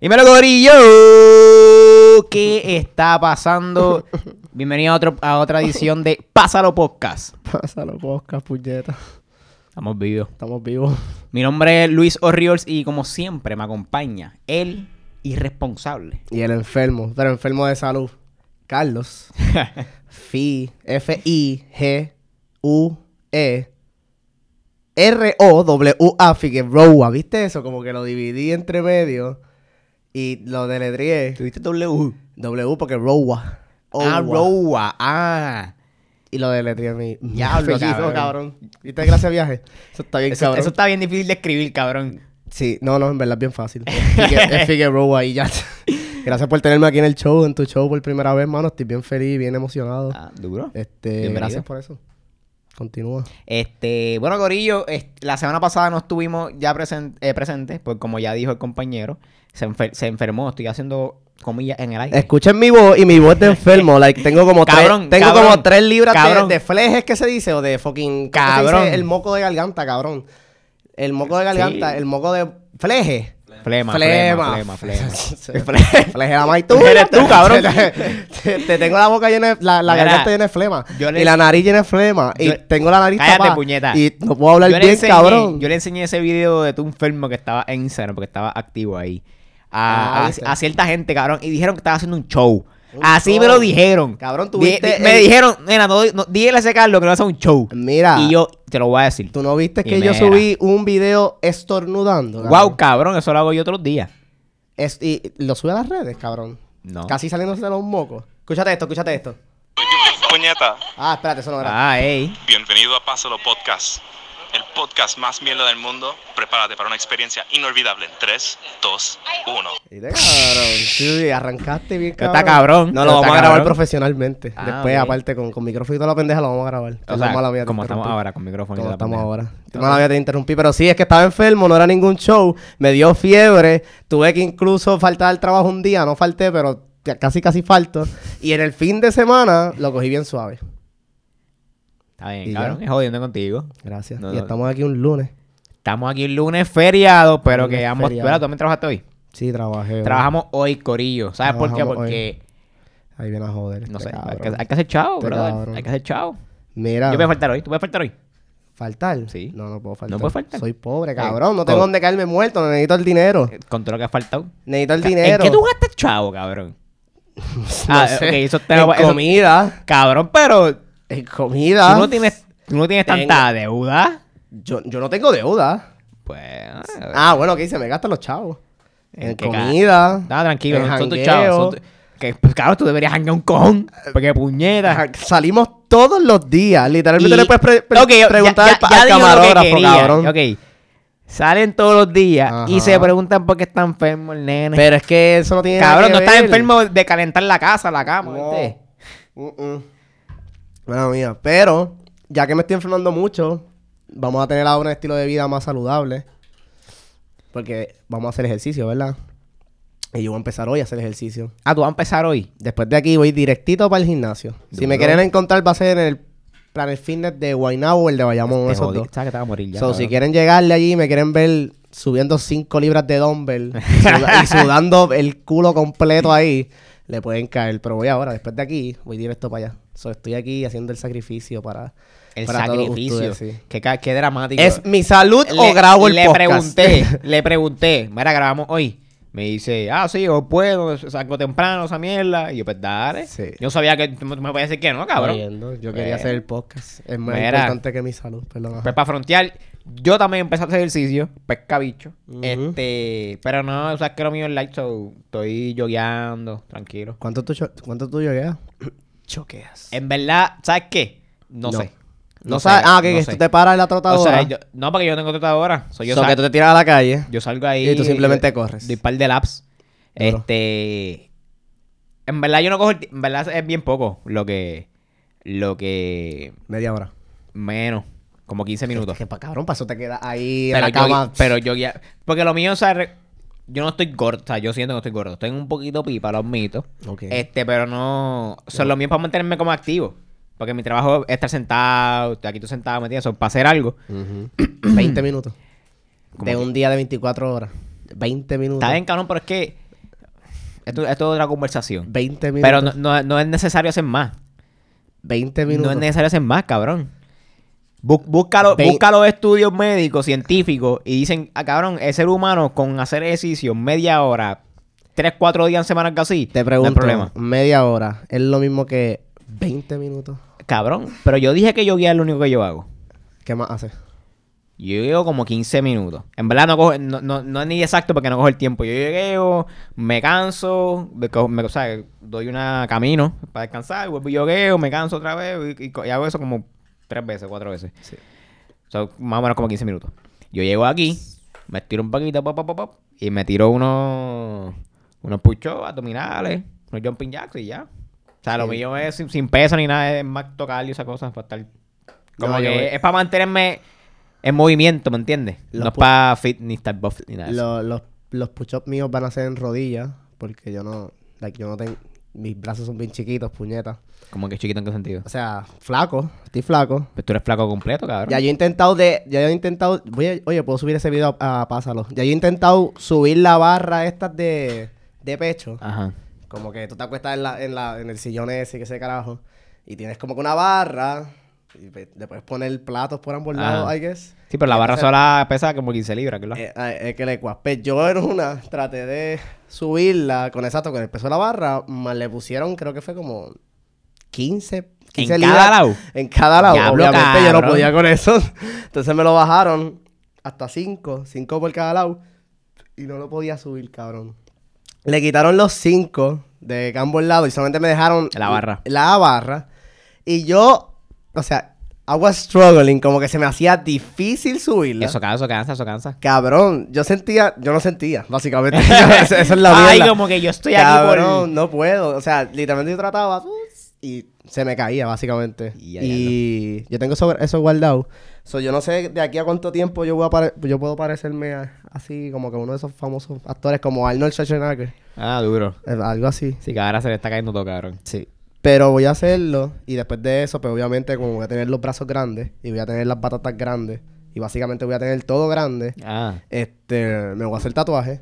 Dímelo, Gorillo. ¿Qué está pasando? Bienvenido a, otro, a otra edición de Pásalo Podcast. Pásalo, podcast, puñeta. Estamos vivos. Estamos vivos. Mi nombre es Luis O'Riors y como siempre me acompaña el irresponsable. Y el enfermo, pero enfermo de salud. Carlos. Fi, F-I-G-U-E. R-O-W-A, Figue Rowa. ¿Viste eso? Como que lo dividí entre medio y lo deletreé. ¿Tuviste W? W porque Rowa. Ah, Rowa. Ah. Y lo deletreé en mi. mi Diablo, apellido, cabrón. ¿Viste gracias viaje? Eso está bien, Eso, cabrón. eso está bien difícil de escribir, cabrón. Sí, no, no, en verdad es bien fácil. Es Figue- es Figueroa y ya. Gracias por tenerme aquí en el show, en tu show por primera vez, mano. Estoy bien feliz, bien emocionado. Ah, duro. este, bienvenido. gracias por eso. Continúa. Este, bueno, Corillo, es- la semana pasada no estuvimos ya presen- eh, presentes, pues como ya dijo el compañero, se, enfer- se enfermó. Estoy haciendo comillas en el aire. Escuchen mi voz y mi voz de enfermo. Like, tengo como Cabrón, tres, tengo cabrón, como tres libras de- cabrón. de, flejes que se dice o de fucking ¿cómo se dice? Cabrón. el moco de garganta, cabrón. El moco de garganta, Sí. el moco de fleje. Flema, flema, Flema. flema, flema. Fleje la maíz tú. Eres tú, cabrón. te, te tengo la boca llena de, la, la Mira, garganta llena de flema. yo le- Y la nariz llena de flema. Y Yo- tengo la nariz Cállate, tapada. puñeta. Y no puedo hablar yo, le bien, enseñé, cabrón. yo le enseñé ese video de tu enfermo que estaba en Instagram porque estaba activo ahí. A, Ah, a- viste. a cierta gente, cabrón, y dijeron que estaba haciendo un show. Un Así show. me lo dijeron. Cabrón, Di- tuviste di- me el- dijeron, nena, no, no- dígale a ese Carlos que no hace un show. Mira, Y yo te lo voy a decir. tú no viste Y que yo mira. subí un video estornudando. Wow, cabrón, eso lo hago yo todos los días. Es- y lo subí a las redes, cabrón. No. Casi saliéndose de los mocos. Escúchate esto, escúchate esto. Puñeta, Ah, espérate, eso no era. Ah, ey. bienvenido a Pásalo Podcast, el podcast más mierda del mundo. Prepárate para una experiencia inolvidable en 3, 2, 1. ¿Viste, cabrón? Sí, arrancaste bien, Pero cabrón. está cabrón, No, pero lo vamos está a grabar cabrón. profesionalmente. Ah, Después, ok. aparte, con, con micrófono y toda la pendeja lo vamos a grabar. O Eso sea, es mala mía, te como estamos interrumpí. ahora con micrófono. y Como toda la estamos pendeja. ahora. Mala mía, te interrumpí. Pero sí, es que estaba enfermo, no era ningún show. Me dio fiebre. Tuve que incluso faltar al trabajo un día. No falté, pero ya casi, casi falto. Y en el fin de semana lo cogí bien suave. Está bien, Y ya. cabrón, es jodiendo contigo. Gracias. No, y no. estamos aquí un lunes. Estamos aquí el lunes feriado, pero Lunes que ambos. feriado. Espera, ¿tú también trabajaste hoy? Sí, trabajé. bro. Trabajamos hoy, Corillo. ¿Sabes por qué? Trabajamos Porque, Ahí viene a joder. no este sé, hay que, cabrón. hay que hacer chao, Este brother. cabrón. Hay que hacer chao. Mira. Yo voy a faltar hoy. ¿Tú vas a faltar hoy? ¿Faltar? Sí. No, no puedo faltar. No puedes faltar. Soy pobre, Eh, cabrón. No co- tengo dónde caerme muerto. no Necesito el dinero. Eh, Con todo lo que has faltado. Necesito el Ca- dinero. ¿En qué tú gastas chavo, cabrón? No ah, sé. ok, eso te En lo- eso- comida. Cabrón, pero tú En comida. no tienes, tú no tienes tanta deuda. Yo, yo no tengo deuda. Pues. ah, Ah, bueno, ¿qué hice? Me gastan los chavos. ¿En En, qué comida. Nada, tranquilo. en no son tus Ah. jangueo. chavos. son tu- que, pues, cabrón, tú deberías hangar un cojón. Porque puñetas. Ajá, Salimos todos los días. Literalmente Y- Ah, le puedes pre- pre- Ok, ya- preguntar ya- al pa- ya al digo lo que camarógrafo, quería. cabrón. Ok. Salen todos los días y Ajá. se preguntan por qué está enfermo el nene. Pero es que eso no tiene nada Cabrón, que no estás ver. enfermo de calentar la casa, la cama, Oh. No. ¿viste? Mm-mm. Mala mía. Pero, ya que me estoy enfermando mucho, vamos a tener ahora un estilo de vida más saludable. Porque vamos a hacer ejercicio, ¿verdad? Y yo voy a empezar hoy a hacer ejercicio. Ah, tú vas a empezar hoy. Después de aquí voy directito para el gimnasio. Si me Duro. quieren encontrar, va a ser en el Planet Fitness de Guaynabo o el de Bayamón, Te esos jodí, dos. Sabes que te vas a morir ya. so, cabrón. si quieren llegarle allí y me quieren ver subiendo 5 libras de dumbbell y, suda- y sudando el culo completo ahí, le pueden caer. Pero voy ahora, después de aquí, voy directo para allá. So, estoy aquí haciendo el sacrificio para. El para todos sacrificio. ustedes, sí. qué, ca- qué dramático. ¿Es mi salud o grabo el le podcast? pregunté, le pregunté, mira, grabamos hoy. Me dice, ah, sí, hoy puedo, salgo temprano, esa mierda. Y yo, pues dale. Sí. Yo sabía que tú me me podías decir que no, cabrón. Jodiendo, Yo quería Bueno. hacer el podcast. Es más Mira. importante que mi salud, perdón. Pues para frontear, yo también empecé a hacer ejercicio, pesca bicho. Ujú. Este, pero no, o sea, es que lo mío es light, so estoy jogueando, tranquilo. ¿Cuánto tú, cho- ¿Cuánto tú llegas? Choqueas. En verdad, ¿sabes qué? No, No. sé. No, sé, sabes. Ah, que, no que sé. tú te paras en la O trotadora. sea, yo- no, porque yo no tengo trotadora. So, yo, So sal- que tú te tiras a la calle. yo salgo ahí. Y tú simplemente yo- corres. Doy par de laps. Duro. Este. En verdad, yo no cojo. el ti- En verdad, es bien poco lo que. Lo que. Media hora. Menos. Como 15 minutos. Que pa' cabrón, pasó te quedas ahí en pero la yo, cama. pero yo guía- Porque lo mío, o sea, re- yo no estoy gordo. O sea, yo siento que no estoy gordo. Estoy un poquito pipa, los mitos. Ok. Este, pero no. Son lo mío es para mantenerme como activo. Porque mi trabajo es estar sentado, estoy aquí tú sentado, ¿me entiendes? O para hacer algo. 20 minutos. Como De que- un día de 24 horas. 20 minutos. Está bien, cabrón, pero es que Esto, esto es otra conversación. 20 minutos. Pero no, no- no es necesario hacer más. 20 minutos. No es necesario hacer más, cabrón. Bú- búscalo, Ve- busca los estudios médicos, científicos, y dicen, ah, cabrón, el ser humano con hacer ejercicio media hora, tres, cuatro días en semana casi, Te pregunto, no hay problema. media hora, ¿es lo mismo que 20 minutos? Cabrón, pero yo dije que yo guía es lo único que yo hago. ¿Qué más hace? Yo llego como 15 minutos. En verdad no, cojo, no, no, no es ni exacto porque no cojo el tiempo. Yo llego, me canso, me, co- me- o sea, doy una camino para descansar, vuelvo y yogueo, me canso otra vez y, y co- y hago eso como tres veces, cuatro veces. Sí. Son más o menos como 15 minutos. Yo llego aquí, me estiro un poquito, pop, pop, pop, pop, y me tiro unos, unos push-ups abdominales, unos jumping jacks y ya. O sea, lo Sí. mío es sin, sin peso ni nada, es más tocar y esas cosas para estar... Como No, yo que voy- es para mantenerme en movimiento, ¿me entiendes? Los no es pu- para fit ni estar buff ni nada. de eso. Lo- los los push-ups míos van a ser en rodillas, porque yo no, like, yo no tengo, mis brazos son bien chiquitos, puñetas. Como que chiquito en qué sentido. O sea, flaco, estoy flaco. Pues tú eres flaco completo, cabrón. Ya yo he intentado de, ya yo he intentado, voy a- oye, puedo subir ese video a, a pásalo. Ya yo he intentado subir la barra estas de, de pecho. Ajá. Como que tú te acuestas en, la, en, la, en el sillón ese, que sé carajo. Y tienes como que una barra. Y pe- le puedes poner platos por ambos lados, Ajá. I guess. Sí, pero la barra Entonces- sola pesa como 15 libras, ¿verdad? Eh, ah, Es que le cuaspé. Yo en una traté de subirla con exacto, con el peso de la barra. Más le pusieron, creo que fue como 15, 15 ¿En libras. cada lado? En cada lado. Diablo, Obviamente yo no cabrón. podía con eso. Entonces me lo bajaron hasta 5, 5 por cada lado. Y no lo podía subir, cabrón. Le quitaron los 5 de ambos lados y solamente me dejaron La barra. La barra. Y yo, o sea, I was struggling, como que se me hacía difícil subirla. Eso cansa, eso cansa, eso cansa. Cabrón, yo sentía, yo no sentía, básicamente. Esa esa es la Ay, mierda. como que yo estoy aquí Cabrón, por... no puedo. O sea, literalmente yo trataba y se me caía, básicamente. Y Y, ya, yo tengo eso, eso guardado. So, yo no sé de aquí a cuánto tiempo yo voy a pare- yo puedo parecerme a- así como que uno de esos famosos actores como Arnold Schwarzenegger. Ah, duro. eh, Algo así. Sí, que ahora se le está cayendo todo, cabrón. Sí. Pero voy a hacerlo y después de eso, pues obviamente como voy a tener los brazos grandes y voy a tener las patatas grandes y básicamente voy a tener todo grande. Ah. Este, me voy a hacer tatuaje.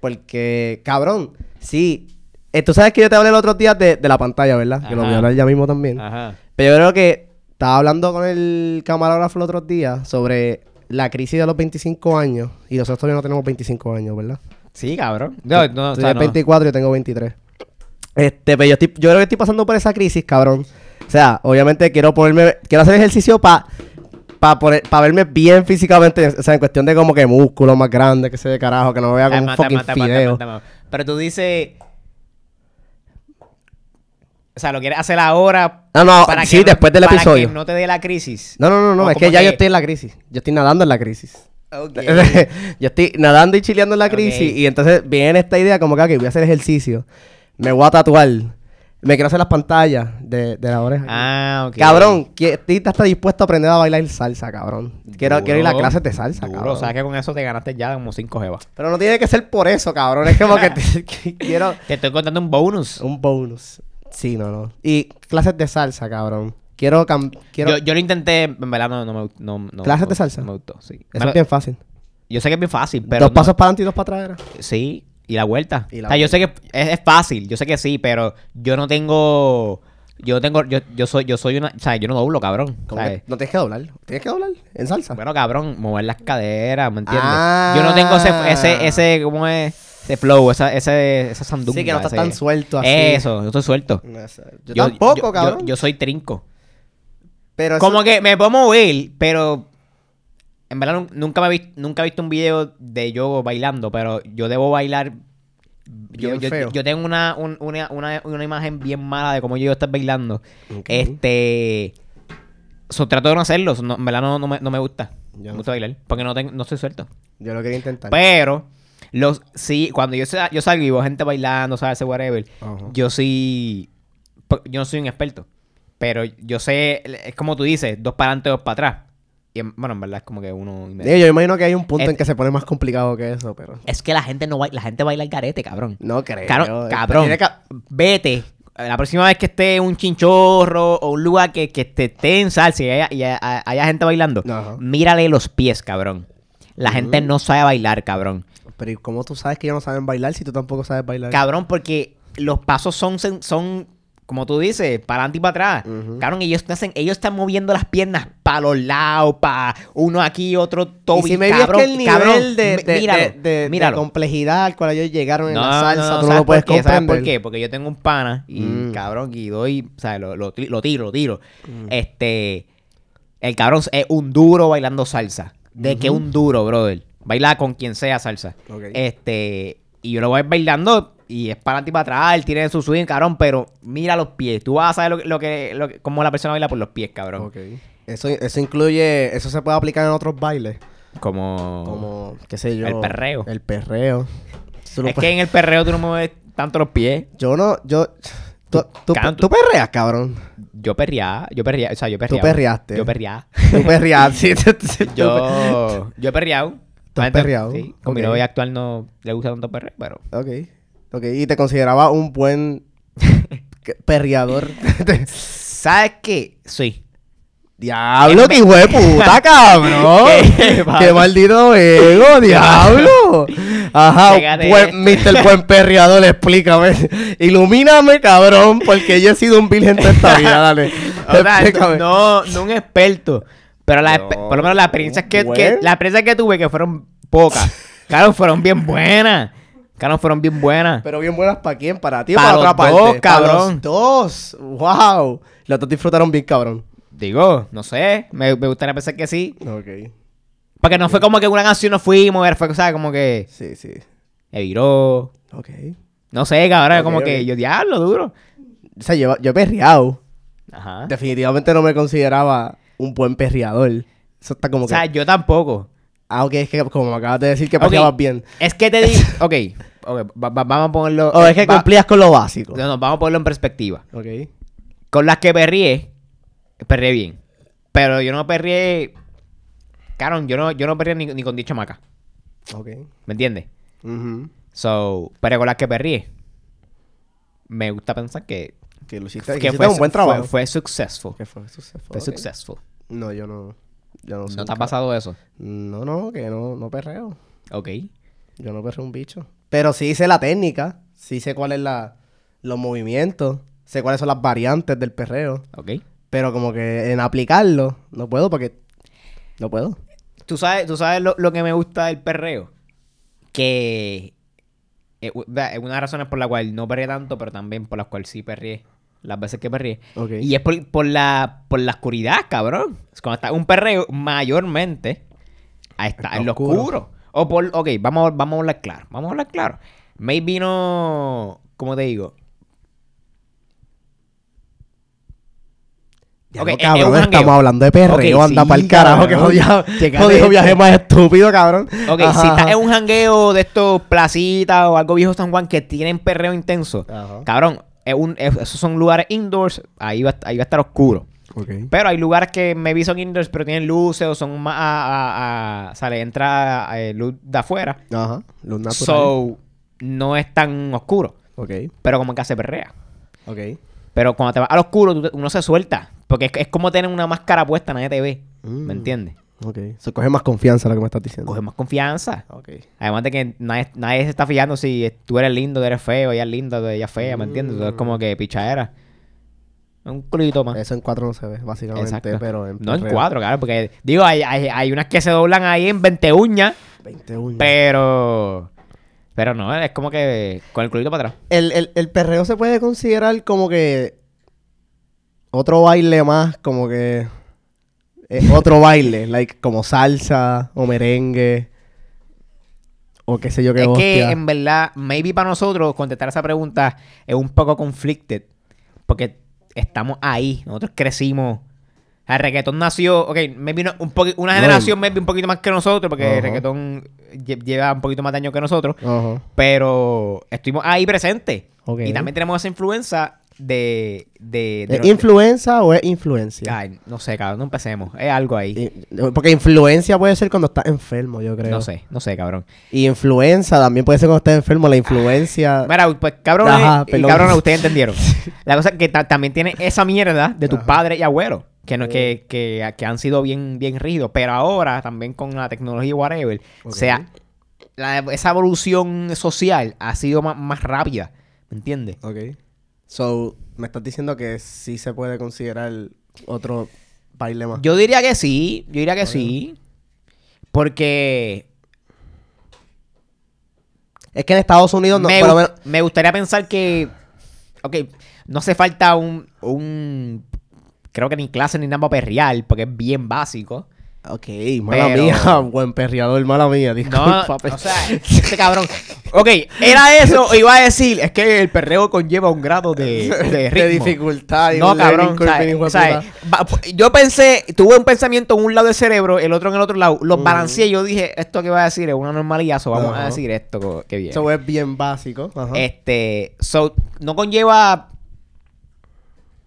Porque, cabrón, sí. eh, tú sabes que yo te hablé el otro día de, de la pantalla, ¿verdad? Que lo voy Ajá. a hablar ya mismo también. Ajá. Pero yo creo que estaba hablando con el camarógrafo el otro día sobre la crisis de los 25 años. Y nosotros todavía no tenemos 25 años, ¿verdad? Sí, cabrón. No, no, o Tú sea, tienes no. 24 y yo tengo 23. Este, pero yo, estoy- yo creo que estoy pasando por esa crisis, cabrón. O sea, obviamente quiero ponerme, quiero hacer ejercicio para para verme bien físicamente, o sea, en cuestión de como que músculo más grande, que se de carajo, que no me vea como Ay, un mata, fucking mata, mata, fideo. mata, mata. Pero tú dices... O sea, lo quieres hacer ahora... No, no, sí, después del para episodio. que no te dé la crisis. No, no, no, no, O es que como ya que- yo estoy en la crisis. Yo estoy nadando en la crisis. Ok. yo estoy nadando y chileando en la Ok. crisis y entonces viene esta idea como que ok, voy a hacer ejercicio, me voy a tatuar, me quiero hacer las pantallas de, de la oreja. Ah, ok. Cabrón, que- estoy hasta dispuesto a aprender a bailar salsa, cabrón. Quiero, Duro, quiero ir a clases de salsa, duro. cabrón. O sea, que con eso te ganaste ya como 5 jevas. Pero no tiene que ser por eso, cabrón. Es como que, que quiero Te estoy contando un bonus. un bonus. Sí, no, no. Y clases de salsa, cabrón. Quiero... cam- quiero... Yo, yo lo intenté, en verdad no, no me gustó. No, no- ¿Clases no- de salsa? No me gustó, sí. Eso Me- es bien fácil. Yo sé que es bien fácil, pero. dos no- pasos para adelante y dos para atrás era. Sí, y la vuelta. Y la o sea, yo sé que es, es fácil, yo sé que sí, pero yo no tengo. Yo no tengo. Yo, yo soy, yo soy una. O sea, yo no doblo, cabrón. Como ¿sabes? que no tienes que doblar. Tienes que doblar en salsa. Bueno, cabrón, mover las caderas, ¿me entiendes? Ah. Yo no tengo ese, ese, ese, ¿cómo es? Ese flow, esa, ese, esa sandunga. sí, que no estás ese- tan suelto así. Eso, yo estoy suelto. No sé. Yo, tampoco, yo- cabrón. Yo, soy trinco. pero eso- Como que me puedo mover, pero. En verdad nun- nunca, me he visto, nunca he visto un video de yo bailando, pero yo debo bailar. Yo, Bien yo- feo. yo tengo una, un- una, una- una imagen bien mala de cómo yo estar bailando. Ok. Este. so, trato de no hacerlo. so, no- en verdad no, no me, no me gusta. Yo me no gusta bailar. Porque no, tengo, no estoy suelto. Yo lo quería intentar. Pero, los, sí, cuando yo, sa- yo salgo y veo gente bailando, salsa, whatever, Ajá. yo sí, po- yo no soy un experto, pero yo sé, es como tú dices, dos para adelante, dos para atrás. Y en- bueno, en verdad es como que uno y medio. Digo, yo imagino que hay un punto en Este- que se pone más complicado que eso, pero... Es que la gente no baila, la gente baila el carete, cabrón. No creo. Caro- Este cabrón, tiene ca- vete. La próxima vez que esté un chinchorro o un lugar que, que te- esté en salsa y haya, y haya- haya gente bailando, Ajá. mírale los pies, cabrón. La gente no sabe bailar, cabrón. Pero ¿y cómo tú sabes que ellos no saben bailar si tú tampoco sabes bailar? Cabrón, porque los pasos son, sen- son como tú dices, para adelante y para atrás. Ujú. Cabrón, ellos, te hacen, ellos están moviendo las piernas para los lados, para uno aquí, otro Toby. y si me cabrón, que el nivel cabrón, de, mi- de- míralo, de- de- de míralo. complejidad al cual ellos llegaron en No, la salsa, tú no ¿sabes lo puedes por qué? ¿Sabes comprender. por qué? Porque yo tengo un pana y Mm. cabrón, y doy, o sea, lo, lo ti- lo tiro, lo tiro. Este, el cabrón es un duro bailando salsa. De que un duro, brother. Baila con quien sea salsa. Ok. Este, y yo lo voy bailando y es para ti para atrás, él tiene su swing, cabrón, pero mira los pies. Tú vas a saber lo, que- lo que, lo que- cómo la persona baila por los pies, cabrón. Ok. Eso, eso incluye, eso se puede aplicar en otros bailes, Como... como, qué sé yo. Oh. El perreo. El perreo. Tú no Es que puedes- en el perreo tú no mueves tanto los pies. Yo no, yo... Tú, tú, Cabrón, tú perreas, cabrón. Yo perreaba, yo perreaba, o sea, yo perreaba. perreaste. Yo perreaba. Tú perreas. sí, tú- tú- Yo, yo he perreado. ¿Tú has Antes- perreado? Sí. Como Ok. mi novia actual no le gusta tanto perreo, pero... Ok. Ok, y te consideraba un buen que- perreador. ¿Sabes qué? Sí. diablo, que hijo de puta, cabrón. ¿Qué qué, pasa? maldito ego, diablo. Ajá, Fíjate. buen, Mr. Buen Perreador, explícame. Ilumíname, cabrón, porque yo he sido un virgen toda esta vida, dale. O sea, Explícame. no, no un experto. Pero la No, pues. espe- por lo menos las experiencias que, que, bueno. las experiencias que tuve, que fueron pocas. Claro, fueron bien buenas. Claro, fueron bien buenas. Pero bien buenas para quién, para ti o Pa' para los otra parte. dos, Pa' los cabrón. dos, wow. Los dos disfrutaron bien, cabrón. Digo, no sé. Me, me gustaría pensar que sí. Ok. Porque no fue como que una canción nos fuimos, ver, fue, ¿sabes? Como que Sí, sí. me viró. Ok. No sé, cabrón. Ok, como ok. que yo, diablo, duro. O sea, yo, yo he perreado. Ajá. Definitivamente no me consideraba un buen perreador. Eso está como O sea, que. yo tampoco. Ah, ok, es que como me acabas de decir que Ok. perreabas bien. Es que te di. Ok. Ok, va- va- vamos a ponerlo. O es que va- cumplías con lo básico. No, no, vamos a ponerlo en perspectiva. Ok. Con las que perrié, perrié bien. Pero yo no perrié. Caron, yo no, yo no perrié ni, ni con dicha maca. Ok. ¿Me entiendes? Ujú. So, pero con las que perrié, me gusta pensar que. Que lo hiciste, que que hiciste un su- buen trabajo. Fue, fue successful. Que fue successful, Fue ok. successful. No, yo no. Yo no, soy ¿No un te ha ca- pasado eso? No, no, que no, no perreo. Ok. Yo no perreo un bicho. Pero sí sé la técnica. Sí sé cuáles la los movimientos. Sé cuáles son las variantes del perreo. Ok. Pero como que en aplicarlo, no puedo porque. No puedo. ¿Tú sabes, tú sabes lo, lo que me gusta del perreo? Que es u- da- es una de las razones por la cual no perré tanto, pero también por las cuales sí perré. Las veces que perré. Ok. Y es por, por la, por la oscuridad, cabrón. Es Cuando está un perreo, mayormente, a estar Está en lo oscuro. oscuro. O por, ok, vamos, a- vamos a hablar claro. Vamos a hablar claro. Maybe no, ¿cómo te digo? Ya Ok, no, es- es cabrón, un jangueo. estamos hablando de perreo, Ok, anda sí, para el carajo, que cabrón. jodido, Checate jodido esto. viaje más estúpido, cabrón. Ok, Ajá, si estás ajá. en un jangueo de estos placitas o algo viejo San Juan que tienen perreo intenso, Ajá. cabrón, es un- es- esos son lugares indoors, ahí va, ahí va a estar oscuro. Ok. Pero hay lugares que me vi son indoors, pero tienen luces o son más a, a- a- o sea, le entra eh, luz de afuera. Ajá, luz natural. So, no es tan oscuro. ok, Pero como que se perrea. ok. Pero cuando te vas al oscuro, tú te- uno se suelta. Porque es, es como tener una máscara puesta, nadie te ve. Mm. ¿Me entiendes? Ok, so, coge más confianza lo que me estás diciendo. Coge más confianza. Ok. Además de que nadie, nadie se está fijando si tú eres lindo, tú eres feo, ella es linda, tú- ella es fea, ¿me entiendes? Entonces es Mm. como que pichadera. Un culito más. Eso en cuatro no se ve, básicamente, Exacto. pero en no en perreo. cuatro, claro, porque digo, hay, hay, hay unas que se doblan ahí en 20 uñas, 21. pero. Pero no, es como que con el culito para atrás. El, el, el perreo se puede considerar como que otro baile más, como que eh, otro baile, like como salsa o merengue o qué sé yo qué es hostia. que en verdad, maybe para nosotros contestar esa pregunta es un poco conflicted. Porque estamos ahí, nosotros crecimos. El reggaetón nació, ok, maybe no- un poqui- una No, generación maybe un poquito más que nosotros, porque Ajá. el reggaetón lle- lleva un poquito más de años que nosotros, Ajá. pero estuvimos ahí presentes. Ok. Y también tenemos esa influencia de... de, de ¿Es los- influenza o es influencia? Ay, no sé, cabrón, no empecemos. Es algo ahí. Eh, Porque influencia puede ser cuando estás enfermo, yo creo. No sé, no sé, cabrón. Y influenza también puede ser cuando estás enfermo. La influencia. Mira, pues cabrón, Ajá, y perdón. cabrones, ustedes entendieron. La cosa es que ta- también tiene esa mierda de tus Ajá. padres y abuelos, que, no, que, que, que han sido bien, bien rígidos, pero ahora también con la tecnología y whatever, Ok. se ha la- esa evolución social ha sido más, más rápida, ¿me entiendes? Ok. So, me estás diciendo que sí se puede considerar otro baile más. Yo diría que sí, yo diría que sí. Porque es que en Estados Unidos no. me, por lo gu- menos- me gustaría pensar que, ok, no hace falta un, un- creo que ni clase ni nada para perrear, porque es bien básico. ok, mala Pero- mía. Buen perreador, mala No, mía. Disculpa. o sea, este cabrón. Ok, era eso, o iba a decir, es que el perreo conlleva un grado de, de ritmo. este, dificultad y No, un cabrón. learning curve ¿sabes? bien hijo de ¿sabes? puta. Va- pu- Yo pensé, tuve un pensamiento en un lado del cerebro, el otro en el otro lado. Los balanceé y yo dije, esto que voy a decir es una normalidad, so vamos a Ajá. decir esto co- que viene. Eso es bien básico. Ajá. Este, so, no conlleva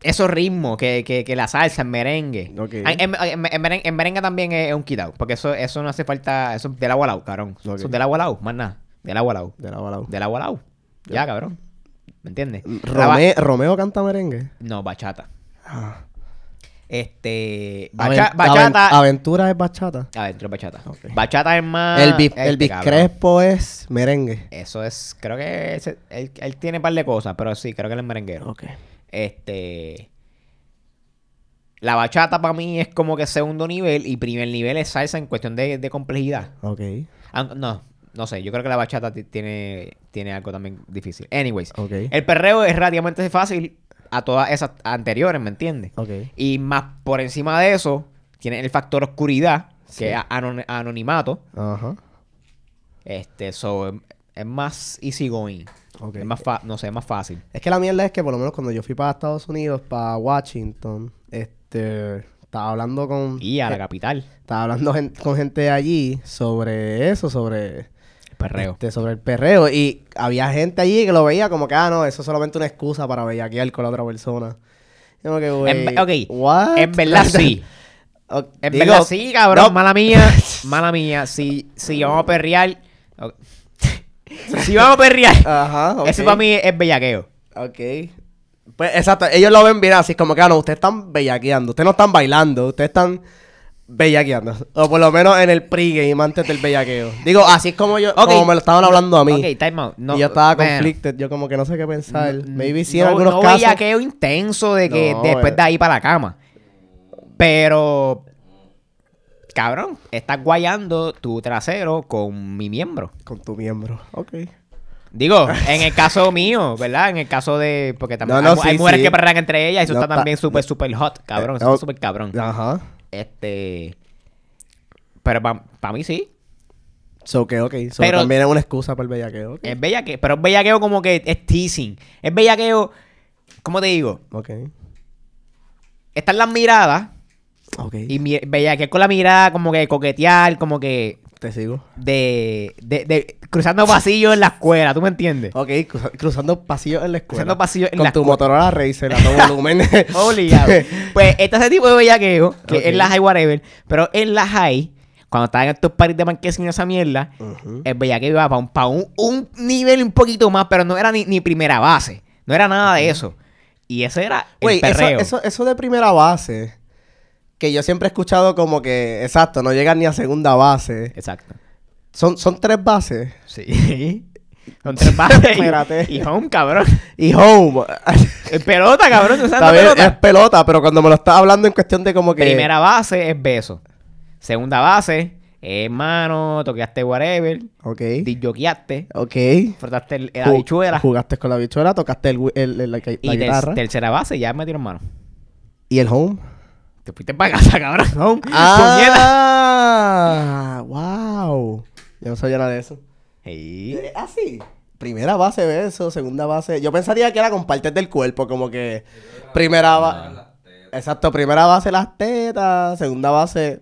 esos ritmos que, que, que la salsa, el merengue. Ok. Ay, En, en- en meren- en merengue también es, es un quitado, porque eso, eso no hace falta, eso es del agua al agua, cabrón. Eso Ok. es del agua al agua, más nada. Del agua al agua. De la bala. Del agua al agua. Ya, cabrón. ¿Me entiendes? La ba- Rome- Romeo canta merengue. No, bachata. Ah. Este. Aven- bacha- aven- bachata. aventura es bachata. Adentro, bachata. Ok. Bachata es más. el bis, este, el Bis cabrón. Crespo es merengue. Eso es. Creo que. ese- él, él tiene un par de cosas, pero sí, creo que él es merenguero. Ok. Este. La bachata para mí es como que segundo nivel y primer nivel es salsa en cuestión de, de complejidad. Ok. Aun- No, no sé. Yo creo que la bachata ti- tiene, tiene algo también difícil. Anyways, Ok. el perreo es relativamente fácil a todas esas anteriores, ¿me entiendes? Ok. Y más por encima de eso, tiene el factor oscuridad, Sí. que es anon- anonimato. Ajá. Este, so, em- es más easy going. Ok. Es más fa- no sé, es más fácil. Es que la mierda es que por lo menos cuando yo fui para Estados Unidos, para Washington, este estaba hablando con e- Y a la capital, estaba hablando gen- con gente de allí sobre eso, sobre el perreo. este, sobre el perreo y había gente allí que lo veía como que ah no, eso es solamente una excusa para bellaquear con la otra persona. Yo como que En- güey, ok. what? En verdad sí. Ok, En digo, verdad sí, cabrón. no. Mala mía. Mala mía. Si, si vamos a perrear. ok. si vamos a perrear. Ajá, Ah, ok. Eso para mí es, es bellaqueo. Ok. Pues exacto, ellos lo ven bien así, como que ah, no, ustedes están bellaqueando, ustedes no están bailando, ustedes están bellaqueando. O por lo menos en el pregame antes del bellaqueo. Digo, así es como yo, Ok. como me lo estaban hablando a mí. Ok, time out. No, y yo estaba bueno, conflicted, yo como que no sé qué pensar. Maybe sí en no, algunos no casos. bellaqueo intenso de que No, después eh. de ahí para la cama. Pero. Cabrón, estás guayando tu trasero con mi miembro. Con tu miembro. Ok. Digo, en el caso mío, ¿verdad? En el caso de. Porque también No, no, hay, mu- hay sí, mujeres sí. que perran entre ellas y eso No, está ta- también súper, súper hot, cabrón. Eso no. está súper cabrón. Ajá. Este. Pero para mí sí. So que, ok. So Pero- Eh. también es una excusa para el bellaqueo. Ok. Es bellaqueo. Pero es bellaqueo como que es teasing. Es bellaqueo. ¿Cómo te digo? Ok. Están las miradas. Ok. Y mi- bellaquear con la mirada, como que coquetear, como que. Te sigo. De, de, de- cruzando pasillos en la escuela, ¿tú me entiendes? Ok, cruza- cruzando pasillos en la escuela. Cruzando pasillos en Con la tu escuela. Motorola Racer a todo volumen. Obligado. pues este es el tipo de bellaqueo, que Ok. en la high whatever, pero en la high, cuando estaban estos paris de Marquesina esa mierda, Ujú. el bellaqueo iba para un, pa' un, un nivel un poquito más, pero no era ni, ni primera base. No era nada de eso. Y ese era el Güey, eso, perreo. eso, eso de primera base, que yo siempre he escuchado como que, exacto, no llegan ni a segunda base. Exacto. Son, son tres bases. Sí. Con tres bases y- Espérate. y home, cabrón. Y home. Es pelota, cabrón. ¿tú sabes Está la bien, pelota? es pelota, pero cuando me lo estás hablando en cuestión de como que... Primera base es beso. Segunda base es mano, toqueaste whatever, Ok. disjoqueaste, Ok. frotaste el- la Ju- bichuela. Jugaste con la bichuela, tocaste el, wi- el- el- la, la Y ter- guitarra. tercera base ya metieron mano. Y el home. Te fuiste para casa, cabrón. Home. Puñeta. ¡Ah! ¡Wow! Yo no sabía nada de eso. Sí. Así. Primera base beso, segunda base. Yo pensaría que era con partes del cuerpo, como que primera base. Exacto, primera base las tetas, segunda base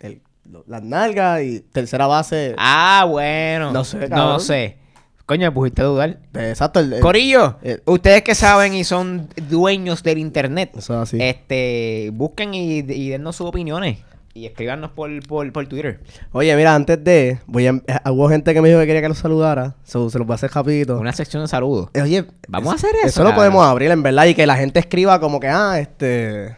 el- lo- las nalgas y tercera base. Ah, bueno. No sé, No cabrón. Eh, sé. Coño, me pusiste a dudar. de- exacto, el, el- Corillo, el- ustedes que saben y son dueños del internet, Eso es así. este, busquen y, y dennos sus opiniones. Y escríbanos por, por, por Twitter. Oye, mira, antes de. Voy a, eh, hubo gente que me dijo que quería que los saludara. so, se los voy a hacer rapidito. Una sección de saludos. Eh, Oye, Vamos a es- hacer eso, Eso lo cabrón. podemos abrir, en verdad, y que la gente escriba como que, ah, este.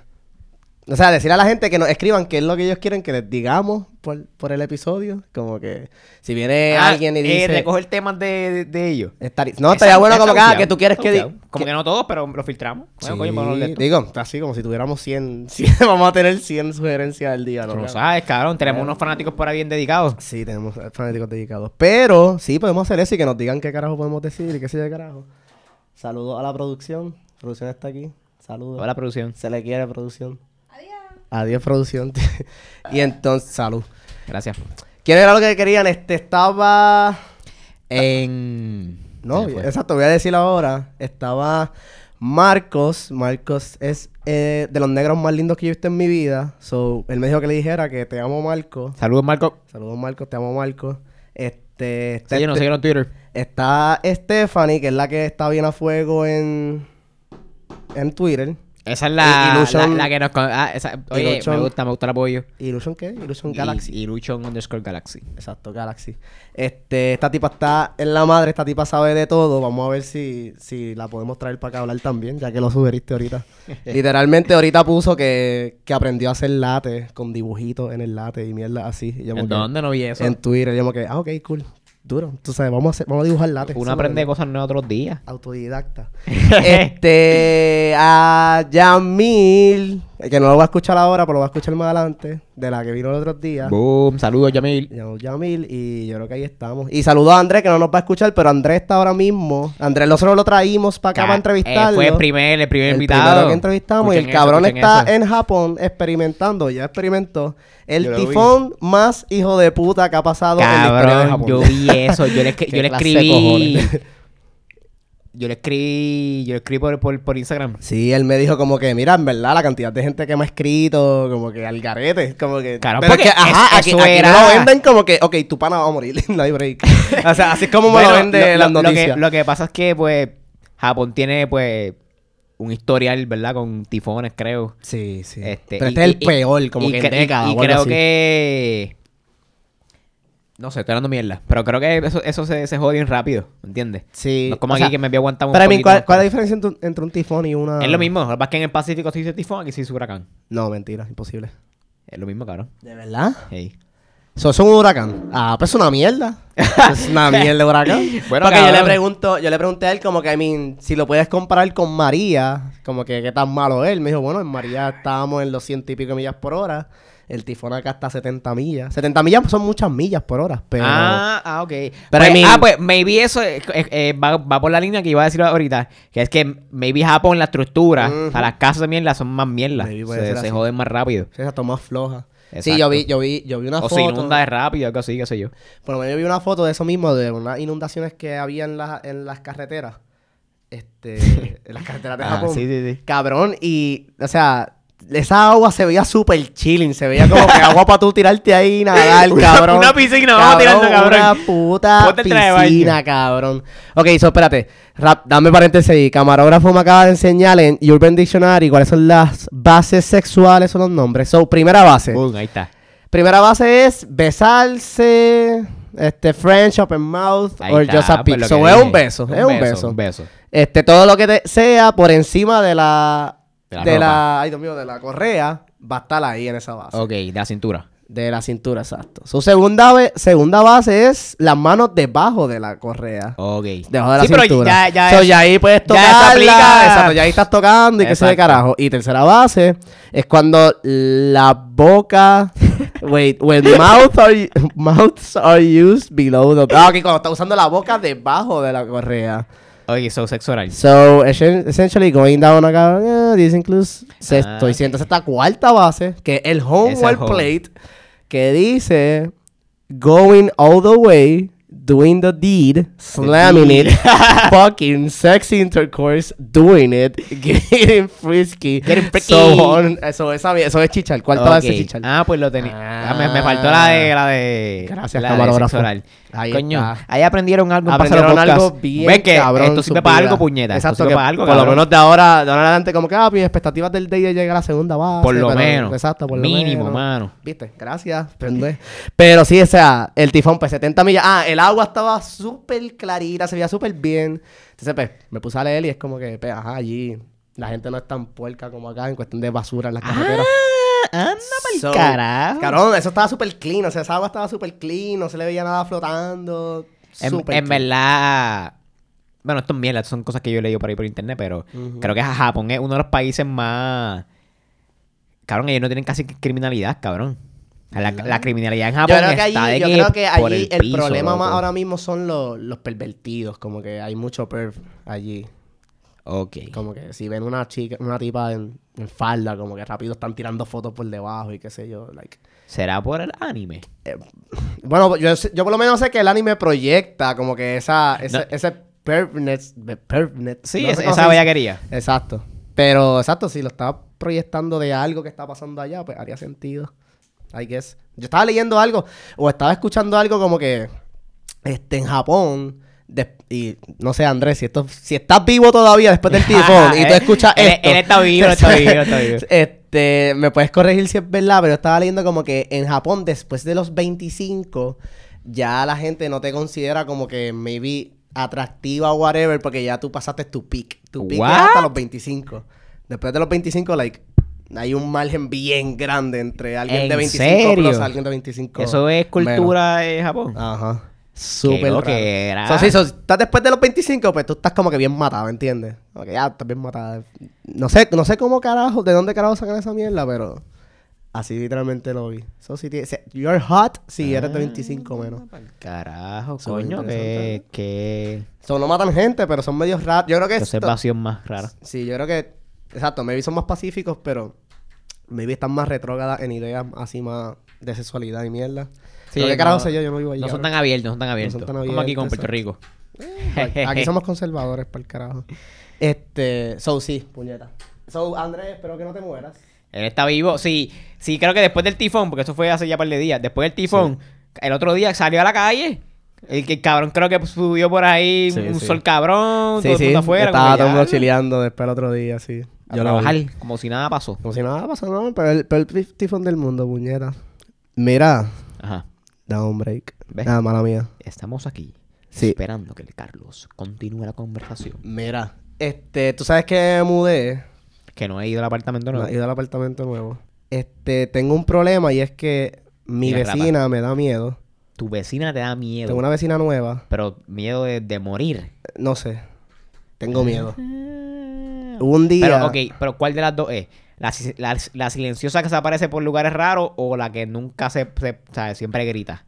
O sea, decir a la gente que nos escriban qué es lo que ellos quieren que les digamos por, por el episodio. Como que si viene Ah, alguien y eh, dice... recoger temas de, de- de ellos. Estar- No, estaría Esa- bueno esa como que, ah, bufiao, que tú quieres que... bufiao. di- Como que- que no todos, pero lo filtramos. Bueno, coño, Sí, pues, vamos a hablar de esto. digo, así como si tuviéramos 100, 100, vamos a tener 100 sugerencias al día, ¿no? Tú lo sabes, cabrón. Tenemos unos fanáticos por ahí bien dedicados. Sí, tenemos fanáticos dedicados. Pero sí podemos hacer eso y que nos digan qué carajo podemos decir y qué sé yo de carajo. Saludos a la producción. Producción está aquí. Saludos. Toda la producción. Se le quiere producción. Adiós. Adiós, producción. y entonces, salud. Gracias. ¿Quién era lo que querían? Este estaba. En... No, Se me fue. exacto, voy a decir ahora. Estaba Marcos. Marcos es eh, de los negros más lindos que yo he visto en mi vida. So, él me dijo que le dijera que te amo, Marcos. Saludos, Marco. Saludos, Marcos, te amo, Marcos. Este. está Síguenos, este- síguenos en Twitter. Está Stephanie, que es la que está bien a fuego en, en Twitter. Esa es la, Y- Illusion- la, la que nos... con- Ah, esa, oye, Illusion- me gusta, me gusta el apoyo. ¿Illusion qué? Illusion Y- Galaxy. Y Luchon underscore Galaxy. Exacto, Galaxy. Este, esta tipa está en la madre, esta tipa sabe de todo. Vamos a ver si, si la podemos traer para acá a hablar también, ya que lo sugeriste ahorita. Literalmente ahorita puso que, que aprendió a hacer latte con dibujitos en el latte y mierda así. Y yo como ¿En que- dónde no vi eso? En Twitter. Yo como que, ah, ok, cool. Duro. Tú sabes, vamos a, hacer- vamos a dibujar latte. Uno Eso aprende me- cosas nuevas otros días. Autodidacta. este, a Yamil, que no lo va a escuchar ahora, pero lo va a escuchar más adelante, de la que vino el otro día. Boom, saludos, Yamil. Llamó Yamil y yo creo que ahí estamos. Y saludo a Andrés, que no nos va a escuchar, pero Andrés está ahora mismo. Andrés, nosotros lo traímos para acá para entrevistarlo. Eh, fue el primer, el primer El invitado. primero que entrevistamos. y Escuchen el eso, cabrón escuchen está eso. en Japón experimentando, ya experimentó. Yo El lo vi. tifón más hijo de puta que ha pasado en la historia de Cabrón, Japón. yo vi eso. Yo le, escri- Qué yo le clase de escribí. cojones. Yo le escribí. Yo le escribí por, por, por Instagram. Sí, él me dijo como que, mira, en verdad, la cantidad de gente que me ha escrito, como que al garete, como que... Claro, pero porque que, ajá, es- aquí, eso aquí era- me lo venden como que, ok, tu pana va a morir, no hay break. O sea, así es como me lo Bueno, venden las lo que- noticias. Lo que, pasa es que, pues, Japón tiene, pues, un historial, ¿verdad? Con tifones, creo. Sí, sí. Este, pero y- este es el y- peor, como y que en cre- décadas Y o algo creo así. que. No sé, estoy dando mierda. Pero creo que eso, eso se, se jode bien rápido, ¿entiendes? Sí. No es como o aquí sea, que me voy a aguantar un Pero, I mean, poquito ¿cuál, más. cuál es la Ah. diferencia entre, un- entre un tifón y una...? Es lo mismo. Lo que pasa es que en el Pacífico se dice tifón, aquí se dice huracán. No, mentira, imposible. Es lo mismo, cabrón. ¿De verdad? Hey. Eso es un huracán. Ah, pues es una mierda. es una mierda huracán. Bueno, Porque yo cabrón. le pregunto, yo le pregunté a él como que, I mean, si lo puedes comparar con María, como que qué tan malo es. Me dijo, bueno, en María estábamos en los ciento y pico millas por hora. El tifón acá está a 70 millas. 70 millas son muchas millas por hora, pero... Ah, ah, ok. Pero Pues, I mean- ah, pues maybe eso eh, eh, eh, va, va por la línea que iba a decir ahorita. Que es que maybe Japón, la estructura, Ujú. o sea, las casas de mierda son más mierda. Maybe puede ser Se, se así. joden más rápido. Sí, Esa toma floja. Sí, Exacto. yo vi, yo vi, yo vi una o foto. se inunda de rápido, algo así, qué sé yo. Por lo menos yo vi una foto de eso mismo, de unas inundaciones que había en, las en las carreteras. Este, en las carreteras de Ah, Japón. sí, sí, sí. Cabrón, y, o sea, esa agua se veía súper chilling. Se veía como que agua para tú tirarte ahí y nadar, Una- cabrón. una piscina, vamos tirando, cabrón. Una puta Ponte el traje de baño. piscina, cabrón. Ok, so, espérate. Rap, dame paréntesis ahí. Camarógrafo me acaba de enseñar en Urban Dictionary cuáles son las bases sexuales son los nombres. So, primera base. Boom, ahí está. Primera base es besarse, este French open mouth Ahí o está, just a pues, lo pic. que So, dije. es un beso, es un beso. Un beso. Este todo lo que te- sea por encima de la De la de ropa. la ay Dios mío, de la correa va a estar ahí en esa base. Ok, de la cintura. De la cintura, exacto. Su segunda be- segunda base es las manos debajo de la correa. Ok. Debajo de la sí, cintura. pero ya, ya So, es- ya ahí puedes ya eso tocarla. aplica. Exacto, ya ahí estás tocando y qué sé de Exacto. carajo. Y tercera base es cuando la boca. Wait, when mouth are, mouths are used below the. Ah, ok, cuando está usando la boca debajo de la correa. Oye, so sexo oral. So, essen- essentially going down acá. eh, this includes sexto Ah, y siento esta cuarta base, que es el home Es el wall home. plate, que dice going all the way, doing the deed, slamming deed. it, fucking sexy intercourse, doing it, getting frisky, Getting freaky. so on. Eso, esa- eso es chichar, cuarta base Ok. es chichar. Ah, pues lo tenía. Ah. me, me faltó la de. La de Gracias, la de camarógrafo. sexo oral. Ahí Coño, está. ahí aprendieron algo. en Aprendieron Pásalo algo Podcast. bien Ves que cabrón esto en sirve sus para vidas. algo, puñeta. Esto Exacto, sirve que para algo, por lo cabrón. menos de ahora, de ahora en adelante, como que, ah, mis expectativas del día llega a la segunda base. Por lo pero- menos. Exacto, por lo Mínimo, menos. mano. Viste, gracias, pendejo. Pero sí, o sea, el tifón, pues 70 millas. Ah, el agua estaba súper clarita, se veía súper bien. Entonces, pues, me puse a leer y es como que, pues, ajá, allí la gente no es tan puerca como acá en cuestión de basura en las Ah, carreteras. Anda pa'l So, carajo. Cabrón, eso estaba súper clean. O sea, esa agua estaba súper clean. No se le veía nada flotando. En, súper en clean. verdad. Bueno, esto es mierda, son cosas que yo he leído por ahí por internet, pero Ujú. creo que Japón es uno de los países más. Cabrón, ellos no tienen casi criminalidad, cabrón. La, la criminalidad Ah, pues en Japón Yo creo que está de allí, yo que creo que por allí el, piso, problema más loco. ahora mismo son los, los pervertidos. Como que hay mucho perv allí. Ok. Como que si ven una chica, una tipa en, en falda, como que rápido están tirando fotos por debajo y qué sé yo. Like. ¿Será por el anime? Bueno, pues yo, sé- yo por lo menos sé que el anime proyecta como que esa, ese, No. ese pervness- pervness- Sí, no sé esa, cómo se esa dice. bellaquería. Exacto. Pero exacto, si lo está proyectando de algo que está pasando allá, pues haría sentido. I guess. Yo estaba leyendo algo o estaba escuchando algo como que este en Japón des- y no sé, Andrés, si esto si estás vivo todavía después del tifón y tú escuchas Él- esto. él está vivo, está vivo, está vivo. Este, me puedes corregir si es verdad, pero estaba leyendo como que en Japón después de los 25 ya la gente no te considera como que maybe atractiva o whatever porque ya tú pasaste tu peak. Tu peak es What? hasta los 25. Después de los 25 like hay un margen bien grande entre alguien ¿En de 25 plus serio? a alguien de 25. Eso es cultura de Japón. menos. Ajá. Ah, Súper loco raro. que era. So, sí, so, si estás después de los 25, pues tú estás como que bien matado, ¿entiendes? Como que ya estás bien matado. No sé, no sé cómo carajo, de dónde carajo sacan esa mierda, pero así literalmente lo vi. So, si tienes- you're hot si eres de 25 menos. Ah, pa'l Carajo, Eso es coño, que, interesante. que So, no matan gente, pero son medios raros. Yo creo que... esto- observación más rara. Sí, yo creo que... Exacto, maybe son más pacíficos, pero maybe están más retrógradas en ideas así más de sexualidad y mierda. Sí, pero qué no- carajo sé yo, yo Pues no vivo allí. No son cabrón. tan abiertos, no son tan abiertos. tan Como aquí con abiertos, Eh, Puerto Rico. Aquí somos conservadores, para el carajo. Este, so sí, puñeta. So, Andrés, espero que no te mueras. Él está vivo. Sí, sí, creo que después del tifón, porque eso fue hace ya un par de días. Después del tifón, el otro día salió a la calle. El que el cabrón creo que subió por ahí Sí, un sí. sol cabrón, todo el mundo afuera. estaba como todo el mundo ya, chileando después el otro día, sí. A lo vi. trabajar, como si nada pasó. Como si nada pasó, no, pero el, pero el tifón del mundo, puñeta. Mira, Ajá. da un break. ¿Ves? Nada, mala mía. Estamos aquí Sí. esperando que el Carlos continúe la conversación. Mira, este, tú sabes que mudé, Que no he ido al apartamento nuevo. he ido al apartamento nuevo. Este, tengo un problema y es que mi Tiene vecina me da miedo. Tu vecina te da miedo. Tengo una vecina nueva, Pero miedo de, de morir. no sé. Tengo miedo. Hubo un día. Pero, ok, pero ¿cuál de las dos es? ¿La, si- la- la silenciosa que se aparece por lugares raros o la que nunca se, se- o sea, siempre grita?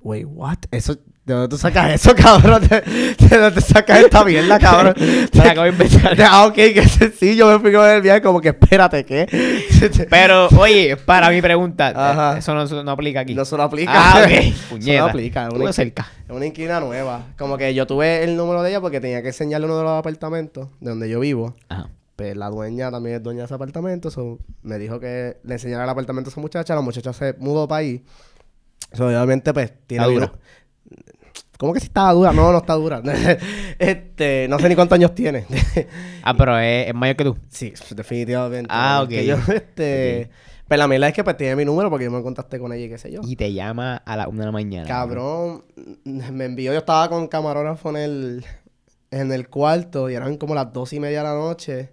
Wait, what? Eso, ¿De dónde tú sacas eso, cabrón? ¿De, de dónde sacas esta mierda, cabrón? Me la acabo de inventar. ah, ok, que sencillo. Me fui con el viaje como que espérate, ¿qué? Pero, oye, para mi pregunta, eh, Ajá. eso no, eso no aplica aquí. no, eso no aplica. Ah, ok. Eso Puñeta. no aplica. Es Estuve una, inqui- cerca. es una inquilina nueva. Como que yo tuve el número de ella porque tenía que enseñarle uno de los apartamentos de donde yo vivo. Ajá. Pues la dueña también es dueña de ese apartamento. so, me dijo que le enseñara el apartamento a esa muchacha. La muchacha se mudó para ahí. So, obviamente, pues, tiene Está dura. uno- ¿Cómo que si estaba dura? No, no está dura. este, no sé ni cuántos años tiene. Ah, pero es, es mayor que tú. sí, definitivamente. Ah, porque ok. Yo, este, Pero la mierda es que pues, tiene mi número porque yo me contacté con ella y qué sé yo. Y te llama a la una de la mañana. Cabrón, me envió, yo estaba con camarógrafo en el, en el cuarto y eran como las dos y media de la noche.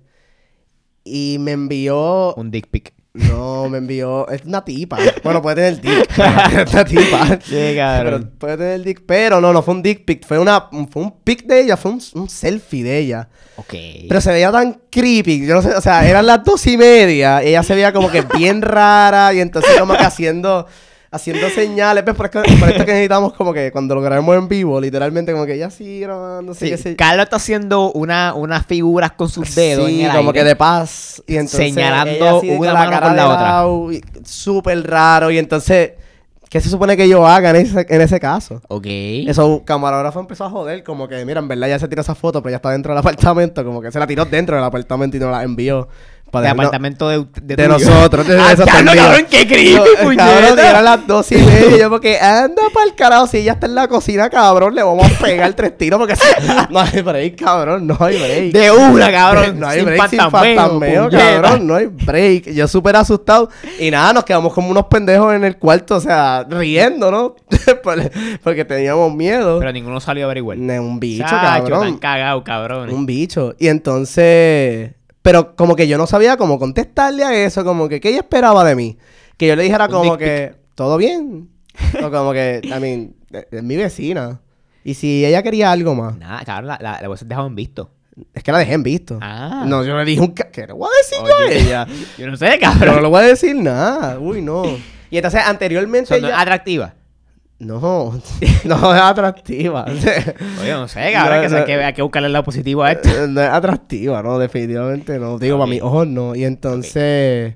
Y me envió Un dick pic. no, me envió. Es una tipa. Bueno, puede tener dick. pero es una tipa. Sí, cabrón. Pero puede tener dick. Pero no, no fue un dick pic. Fue, una, fue un pic de ella. Fue un, un selfie de ella. Ok. Pero se veía tan creepy. Yo no sé. O sea, eran las dos y media. y ella se veía como que bien rara. Y entonces, como que haciendo. Haciendo señales, ¿ves? Por, esto- por esto que necesitamos como que cuando lo grabemos en vivo, literalmente como que ella sí grabando, Sí, sí, sé Carlos está haciendo una- unas figuras con sus dedos. Sí, en el como aire. que de paz. Y entonces Señalando ella así con una mano con la de otra. lado, y Súper raro. Y entonces, ¿qué se supone que yo haga en ese, en ese caso? Ok. Eso, un camarógrafo empezó a joder, como que, mira, en verdad ya se tiró esa foto, pero ya está dentro del apartamento, como que se la tiró dentro del apartamento y no la envió. de dejarnos- apartamento de, de, de, tuyo. nosotros. de- de Ah, esos diablo, dormidos. cabrón, qué creepy, No, eh, Cabrón, puñeta. y eran las dos y media. Yo porque anda para el carajo. Si ella está en la cocina, cabrón, le vamos a pegar tres tiros porque si- no hay break, cabrón. No hay break. De una, cabrón. Eh, No hay sin break sin pantameo, fantasmeo, puñeta. cabrón. No hay break. Yo súper asustado. Y nada, nos quedamos como unos pendejos en el cuarto, o sea, riendo, ¿no? Por- Porque teníamos miedo. Pero ninguno salió a averiguar. Ne- un bicho, Chacho, tan cabrón. cagado, cabrón. Un bicho. Y entonces, Pero como que yo no sabía cómo contestarle a eso, como que qué ella esperaba de mí. Que yo le dijera Un como dick que, ¿todo bien? O como que, I mean, es es mi vecina. Y si ella quería algo más, Nada, cabrón, la, la, la hubiese dejado en visto. es que la dejé en visto. Ah. No, yo le dije un... ca- ¿Qué le voy a decir yo a Oye, ella? Yo no sé, Pero cabrón. no le voy a decir nada. Uy, no. Y entonces O anteriormente sea, no es ella- atractiva. No, no es atractiva. Oye, no sé, cabrón. No, que, no. hay que- hay que buscarle el lado positivo a esto. Eh, no es atractiva, no, definitivamente no. Digo, para mis ojos no. Y entonces.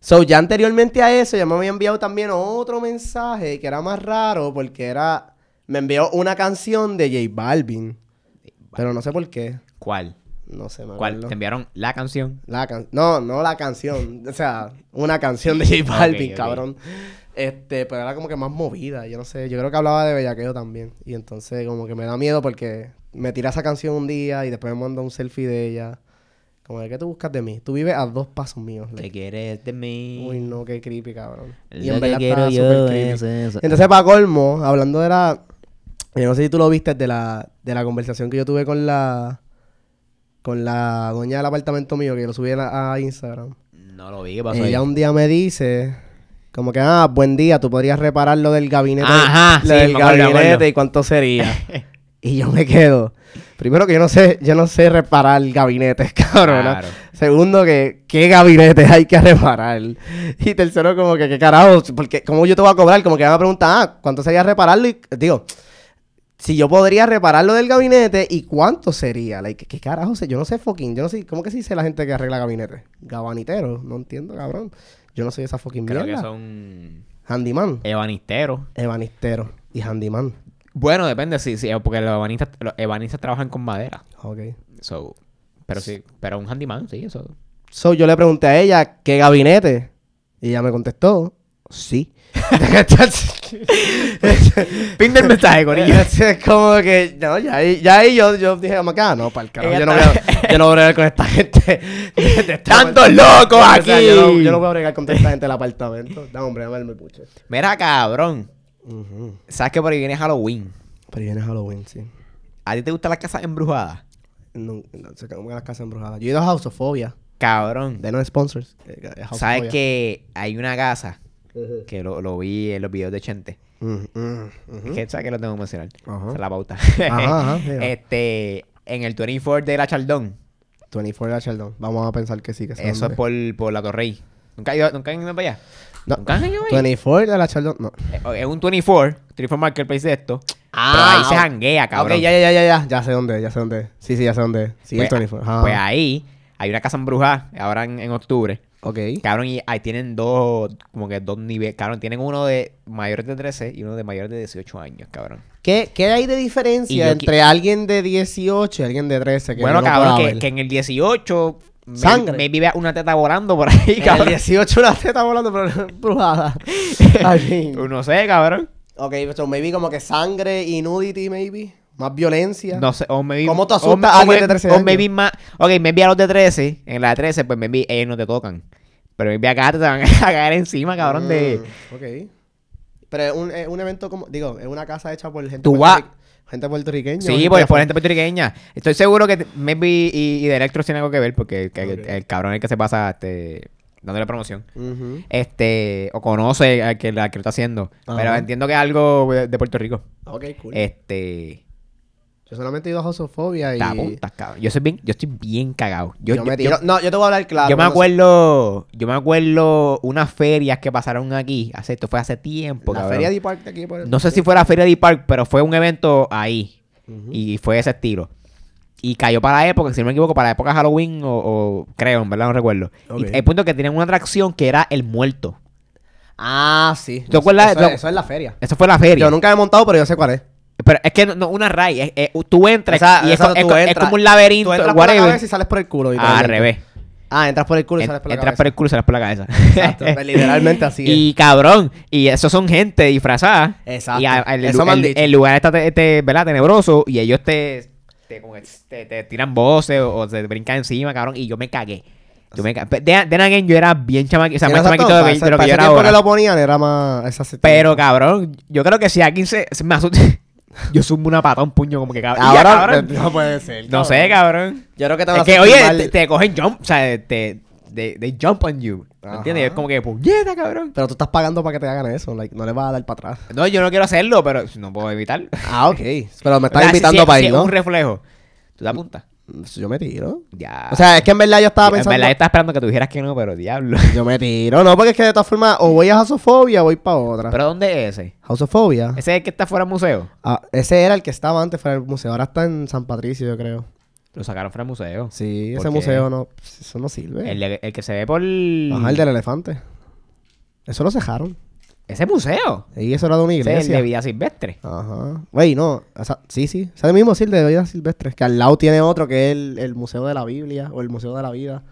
So, ya anteriormente a eso, ya me había enviado también otro mensaje que era más raro porque era. Me envió una canción de J Balvin. Pero no sé por qué. ¿Cuál? No sé, me ¿Cuál? acuerdo. ¿Te enviaron la canción? La can- No, no la canción. O sea, una canción de J Balvin, ok. cabrón. Este, pero era como que más movida. Yo no sé. Yo creo que hablaba de bellaqueo también. Y entonces, como que me da miedo porque me tira esa canción un día y después me manda un selfie de ella. Como de que tú buscas de mí. Tú vives a dos pasos míos. ¿Qué Like, quieres de mí? Uy, no, qué creepy, cabrón. Lo que verdad quiero estaba yo súper creepy. es eso. Entonces, para colmo, hablando de la. Yo no sé si tú lo viste de la, de la conversación que yo tuve con la. Con la dueña del apartamento mío, que yo lo subí a, la- a Instagram. No lo vi, ¿qué pasó? Ella ahí? un día me dice. Como que, ah, buen día, tú podrías reparar lo del gabinete. Ajá, lo sí, del me acuerdo, me acuerdo. gabinete y cuánto sería. y yo me quedo. Primero que yo no sé, yo no sé reparar gabinetes, cabrón. ¿no? Claro. Segundo, que qué gabinetes hay que reparar. Y tercero, como que qué carajo, porque como yo te voy a cobrar, como que van a preguntar, ah, ¿cuánto sería repararlo? Y digo, si yo podría repararlo del gabinete, ¿y cuánto sería? Like, ¿Qué carajo? sé? Yo no sé fucking, yo no sé, ¿cómo que se dice la gente que arregla gabinetes? Gabanitero, no entiendo, cabrón. Yo no soy esa fucking Creo que mierda. son Handyman, ebanisteros. ebanistero y handyman. Bueno, depende, sí, sí, porque los ebanistas, los ebanistas trabajan con madera. Ok. So, pero sí, pero un handyman, sí, eso. So, yo le pregunté a ella, ¿qué gabinete? Y ella me contestó, sí. Pinta el mensaje, Eh, Es como que, no, ya ahí, ya ahí yo, yo dije, "Vamos acá, no, para el carajo, Ella yo no, voy está- a, yo no voy a bregar con esta gente. de- de este ¡Tantos apartamento". locos O sea, yo, no, aquí! yo no voy a bregar con toda esta gente del apartamento. No, hombre, dame el puche. Mira, cabrón. Ujú. Sabes que por ahí viene Halloween. Pero viene Halloween, sí. ¿A ti te gustan las casas embrujadas? No, no, se quedan las casas embrujadas. Yo he ido a Houseophobia. Cabrón. De no sponsors. eh, eh, Houseophobia. ¿Sabes que hay una casa Ujú. que lo, lo vi en los videos de Chente? Mm, mm, ujú. Es que sabes que lo tengo que mencionar. Ajá. Esa es la pauta. Ajá, ajá, mira. este, en el 24 de la Chaldón. 24 de Sheldon. Vamos a pensar que sí, que ese Eso es nombre. por, por la Torrey. ¿Nunca, han ido- ¿Nunca han ido para allá? No. ¿Nunca han ido ahí? 24 de la Sheldon. No. Eh, Es un 24, 24 Marketplace de esto. Ah, pero ahí se ok. janguea, cabrón. Ok, ya, ya, ya, ya, ya. Ya sé dónde, es, ya sé dónde. es. Sí, sí, ya sé dónde. es. Sí, pues, el 24. Ajá. pues ahí hay una casa embrujada ahora en, en octubre. Ok. Cabrón, y ahí tienen dos, como que dos niveles. Cabrón, tienen uno de mayores de 13 y uno de mayores de 18 años, cabrón. ¿Qué, qué hay de Y yo diferencia qui- entre alguien de 18 y alguien de 13? Que bueno, yo no cabrón, pueda que, ver? que en el 18 me- Sangre. me vive una teta volando por ahí, En el cabrón. 18 la teta volando, pero brujada. I mean. Pues No sé, cabrón. Ok, so maybe como que sangre y nudity, maybe. Más violencia. No sé, o me vi. ¿Cómo te o me- asusta o alguien me- de 13 O me años? vi más. Ok, me vi a los de 13. En la de 13, pues me vi, ellos no te tocan. Pero me vi acá, te van a caer encima, cabrón, de. Mm, Ok. Pero es un, es un evento como. Digo, es una casa hecha por gente. Tú puertorri- vas- Gente puertorriqueña. Sí, por, por gente puertorriqueña. Estoy seguro que Maybe y, y Directors tiene algo que ver porque que- Ok. el cabrón es el que se pasa este, dándole promoción. Ujú. Este, o conoce al que, al que lo está haciendo. Ajá. Pero entiendo que es algo de, de Puerto Rico. Ok, cool. Este, yo solamente he ido a Josofobia y. te apuntas, cabrón. Yo, soy bien, yo estoy bien cagado. Yo, Yo, yo- me yo- tiro. no, yo te voy a hablar claro. yo me cuando- acuerdo, yo me acuerdo unas ferias que pasaron aquí, hace, esto fue hace tiempo, La cabrón. feria de Park de aquí. Por No sé si fue la feria de Park, pero fue un evento ahí. Ujú. Y fue ese estilo. Y cayó para la época, si no me equivoco, para la época de Halloween o, o creo, en verdad no recuerdo. Ok. Y el punto que tenían una atracción que era el muerto. Ah, sí. ¿Tú acuerdas? Eso, Yo- es- eso es la feria. Eso fue la feria. Yo nunca he montado, pero yo sé cuál es. Pero es que no, no, una raya. es- es- tú entras O sea, y es, exacto, co- es tú co- es entras- como un laberinto, Tú entras por la whatever. cabeza y sales por el Ah, culo. al literalmente. revés. Ah, entras por el culo y sales por la entras por cabeza. el culo y sales por la cabeza. Exacto, pues, literalmente así es. Y cabrón, y esos son gente disfrazada. Exacto, Y a- a- el, eso lu- me han el- dicho. el lugar está te- te- ¿verdad? tenebroso y ellos te, te, como que te- te tiran voces o, o te brincan encima, cabrón. Y yo me cagué. Yo me cagué. Then, then again, yo era bien chamaquito. O sea, Era más exacto, chamaquito de lo para que, ese- de lo que para yo ese era tiempo ahora. que lo ponían era más... esa se- Pero cabrón, yo creo que si alguien se, se me asusta. Yo subo una pata, un puño como que cabrón. Ya, Ahora eh, cabrón. no puede ser. No sé, cabrón. Yo creo que te vas Es a que, hacer oye, firmar- te, te cogen jump, o sea, te, they, they jump on you. ¿me Ajá. ¿Entiendes? Y es como que, puñeta, cabrón. Pero tú estás pagando para que te hagan eso. Like, no le vas a dar para atrás. No, yo no quiero hacerlo, pero no puedo evitarlo. Ah, ok. Pero O me estás sea, si- invitando si- para si ir, es ¿no? Pues un reflejo. Tú te apuntas. Yo me tiro. Ya. O sea, es que en verdad yo estaba Ah, en pensando. verdad, yo estaba esperando que tú dijeras que no, pero diablo. Yo me tiro, no, porque es que de todas formas, o voy a Houseophobia o voy para otra. ¿Pero dónde es ese? Houseophobia. ¿Ese es el que está fuera del museo? Ah, ese era el que estaba antes fuera del museo. Ahora está en San Patricio, yo creo. Lo sacaron fuera del museo. Sí, ¿Por qué? ese museo no. Eso no sirve. El, de- el que se ve por. Ajá, el del elefante. Eso lo cejaron. Ese museo. Y eso era de una Ese es el iglesia. de vida silvestre. Ajá. Güey, no. o sea, sí, sí. Es el mismo sí, el de Vida Silvestre. Que al lado tiene otro que es el, el Museo de la Biblia o el Museo de la Vida.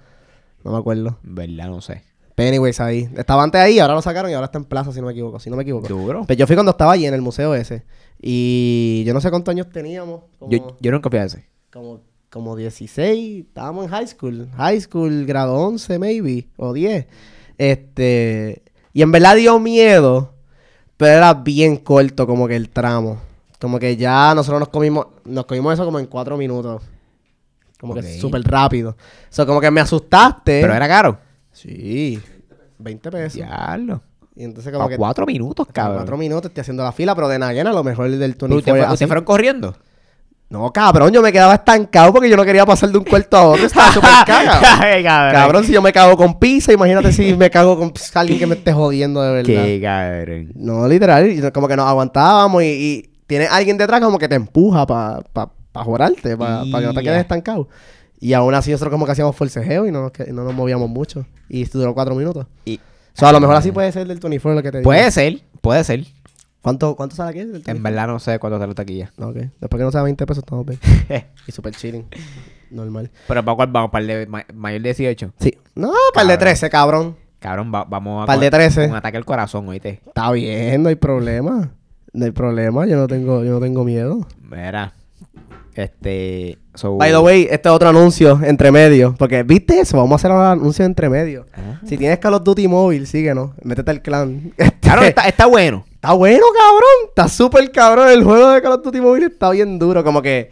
No me acuerdo. En verdad, no sé. Pero anyways, ahí. Estaba antes ahí, ahora lo sacaron y ahora está en plaza, si no me equivoco. Si no me equivoco. Duro. Pero yo fui cuando estaba allí en el museo ese. Y yo no sé cuántos años teníamos. Como, Yo, yo nunca fui a ese. como, como 16. Estábamos en high school. High school, grado 11, maybe. O 10. Este. Y en verdad dio miedo. Pero era bien corto, como que el tramo. Como que ya nosotros nos comimos. Nos comimos eso como en 4 minutos. Como Ok. que súper rápido. O sea, como que me asustaste. Pero era caro. Sí. 20 pesos. Diablo. Y entonces como Para que cuatro minutos, cabrón. cabrón. cuatro minutos estoy haciendo la fila, pero de Nayana a lo mejor el del Pero túnel ¿Ustedes fue fue- así. ustedes fueron corriendo? No, cabrón, yo me quedaba estancado porque yo no quería pasar de un cuarto a otro. Estaba súper cagado. Ay, cabrón, si yo me cago con pizza, imagínate si me cago con pss, alguien que me esté jodiendo de verdad. Qué cabrón. No, literal, y como que nos aguantábamos y, y tiene alguien detrás como que te empuja para pa, pa jorarte, para que no te Ya. quedes estancado. Y aún así nosotros como que hacíamos forcejeo y no nos, que- no nos movíamos mucho. Y esto duró cuatro minutos. Y- Ah. O sea, a lo mejor así puede ser del 24 lo que te digo. Puede ser, puede ser. ¿Cuánto, cuánto sale aquí? del En 24? verdad no sé cuánto sale la taquilla. No, ok. Después que no sea 20 pesos, estamos bien. y super chilling. Normal. Pero ¿para cuál vamos? ¿Para el de ma- mayor de 18? Sí. No, para el de Cabrón. 13, cabrón. Cabrón, va- vamos a... Pa'l de con- 13. Un ataque al corazón, oíste. Está bien, no hay problema. No hay problema, yo no tengo, yo no tengo miedo. Mira. Este... so- By the way, este es otro anuncio entre medio. Porque, ¿viste eso? Vamos a hacer ahora anuncio entre medio. Ah. Si tienes Call of Duty móvil, síguenos. Métete al clan. Este, Claro, está, está bueno. Está bueno, cabrón. Está súper cabrón. El juego de Call of Duty móvil está bien duro. Como que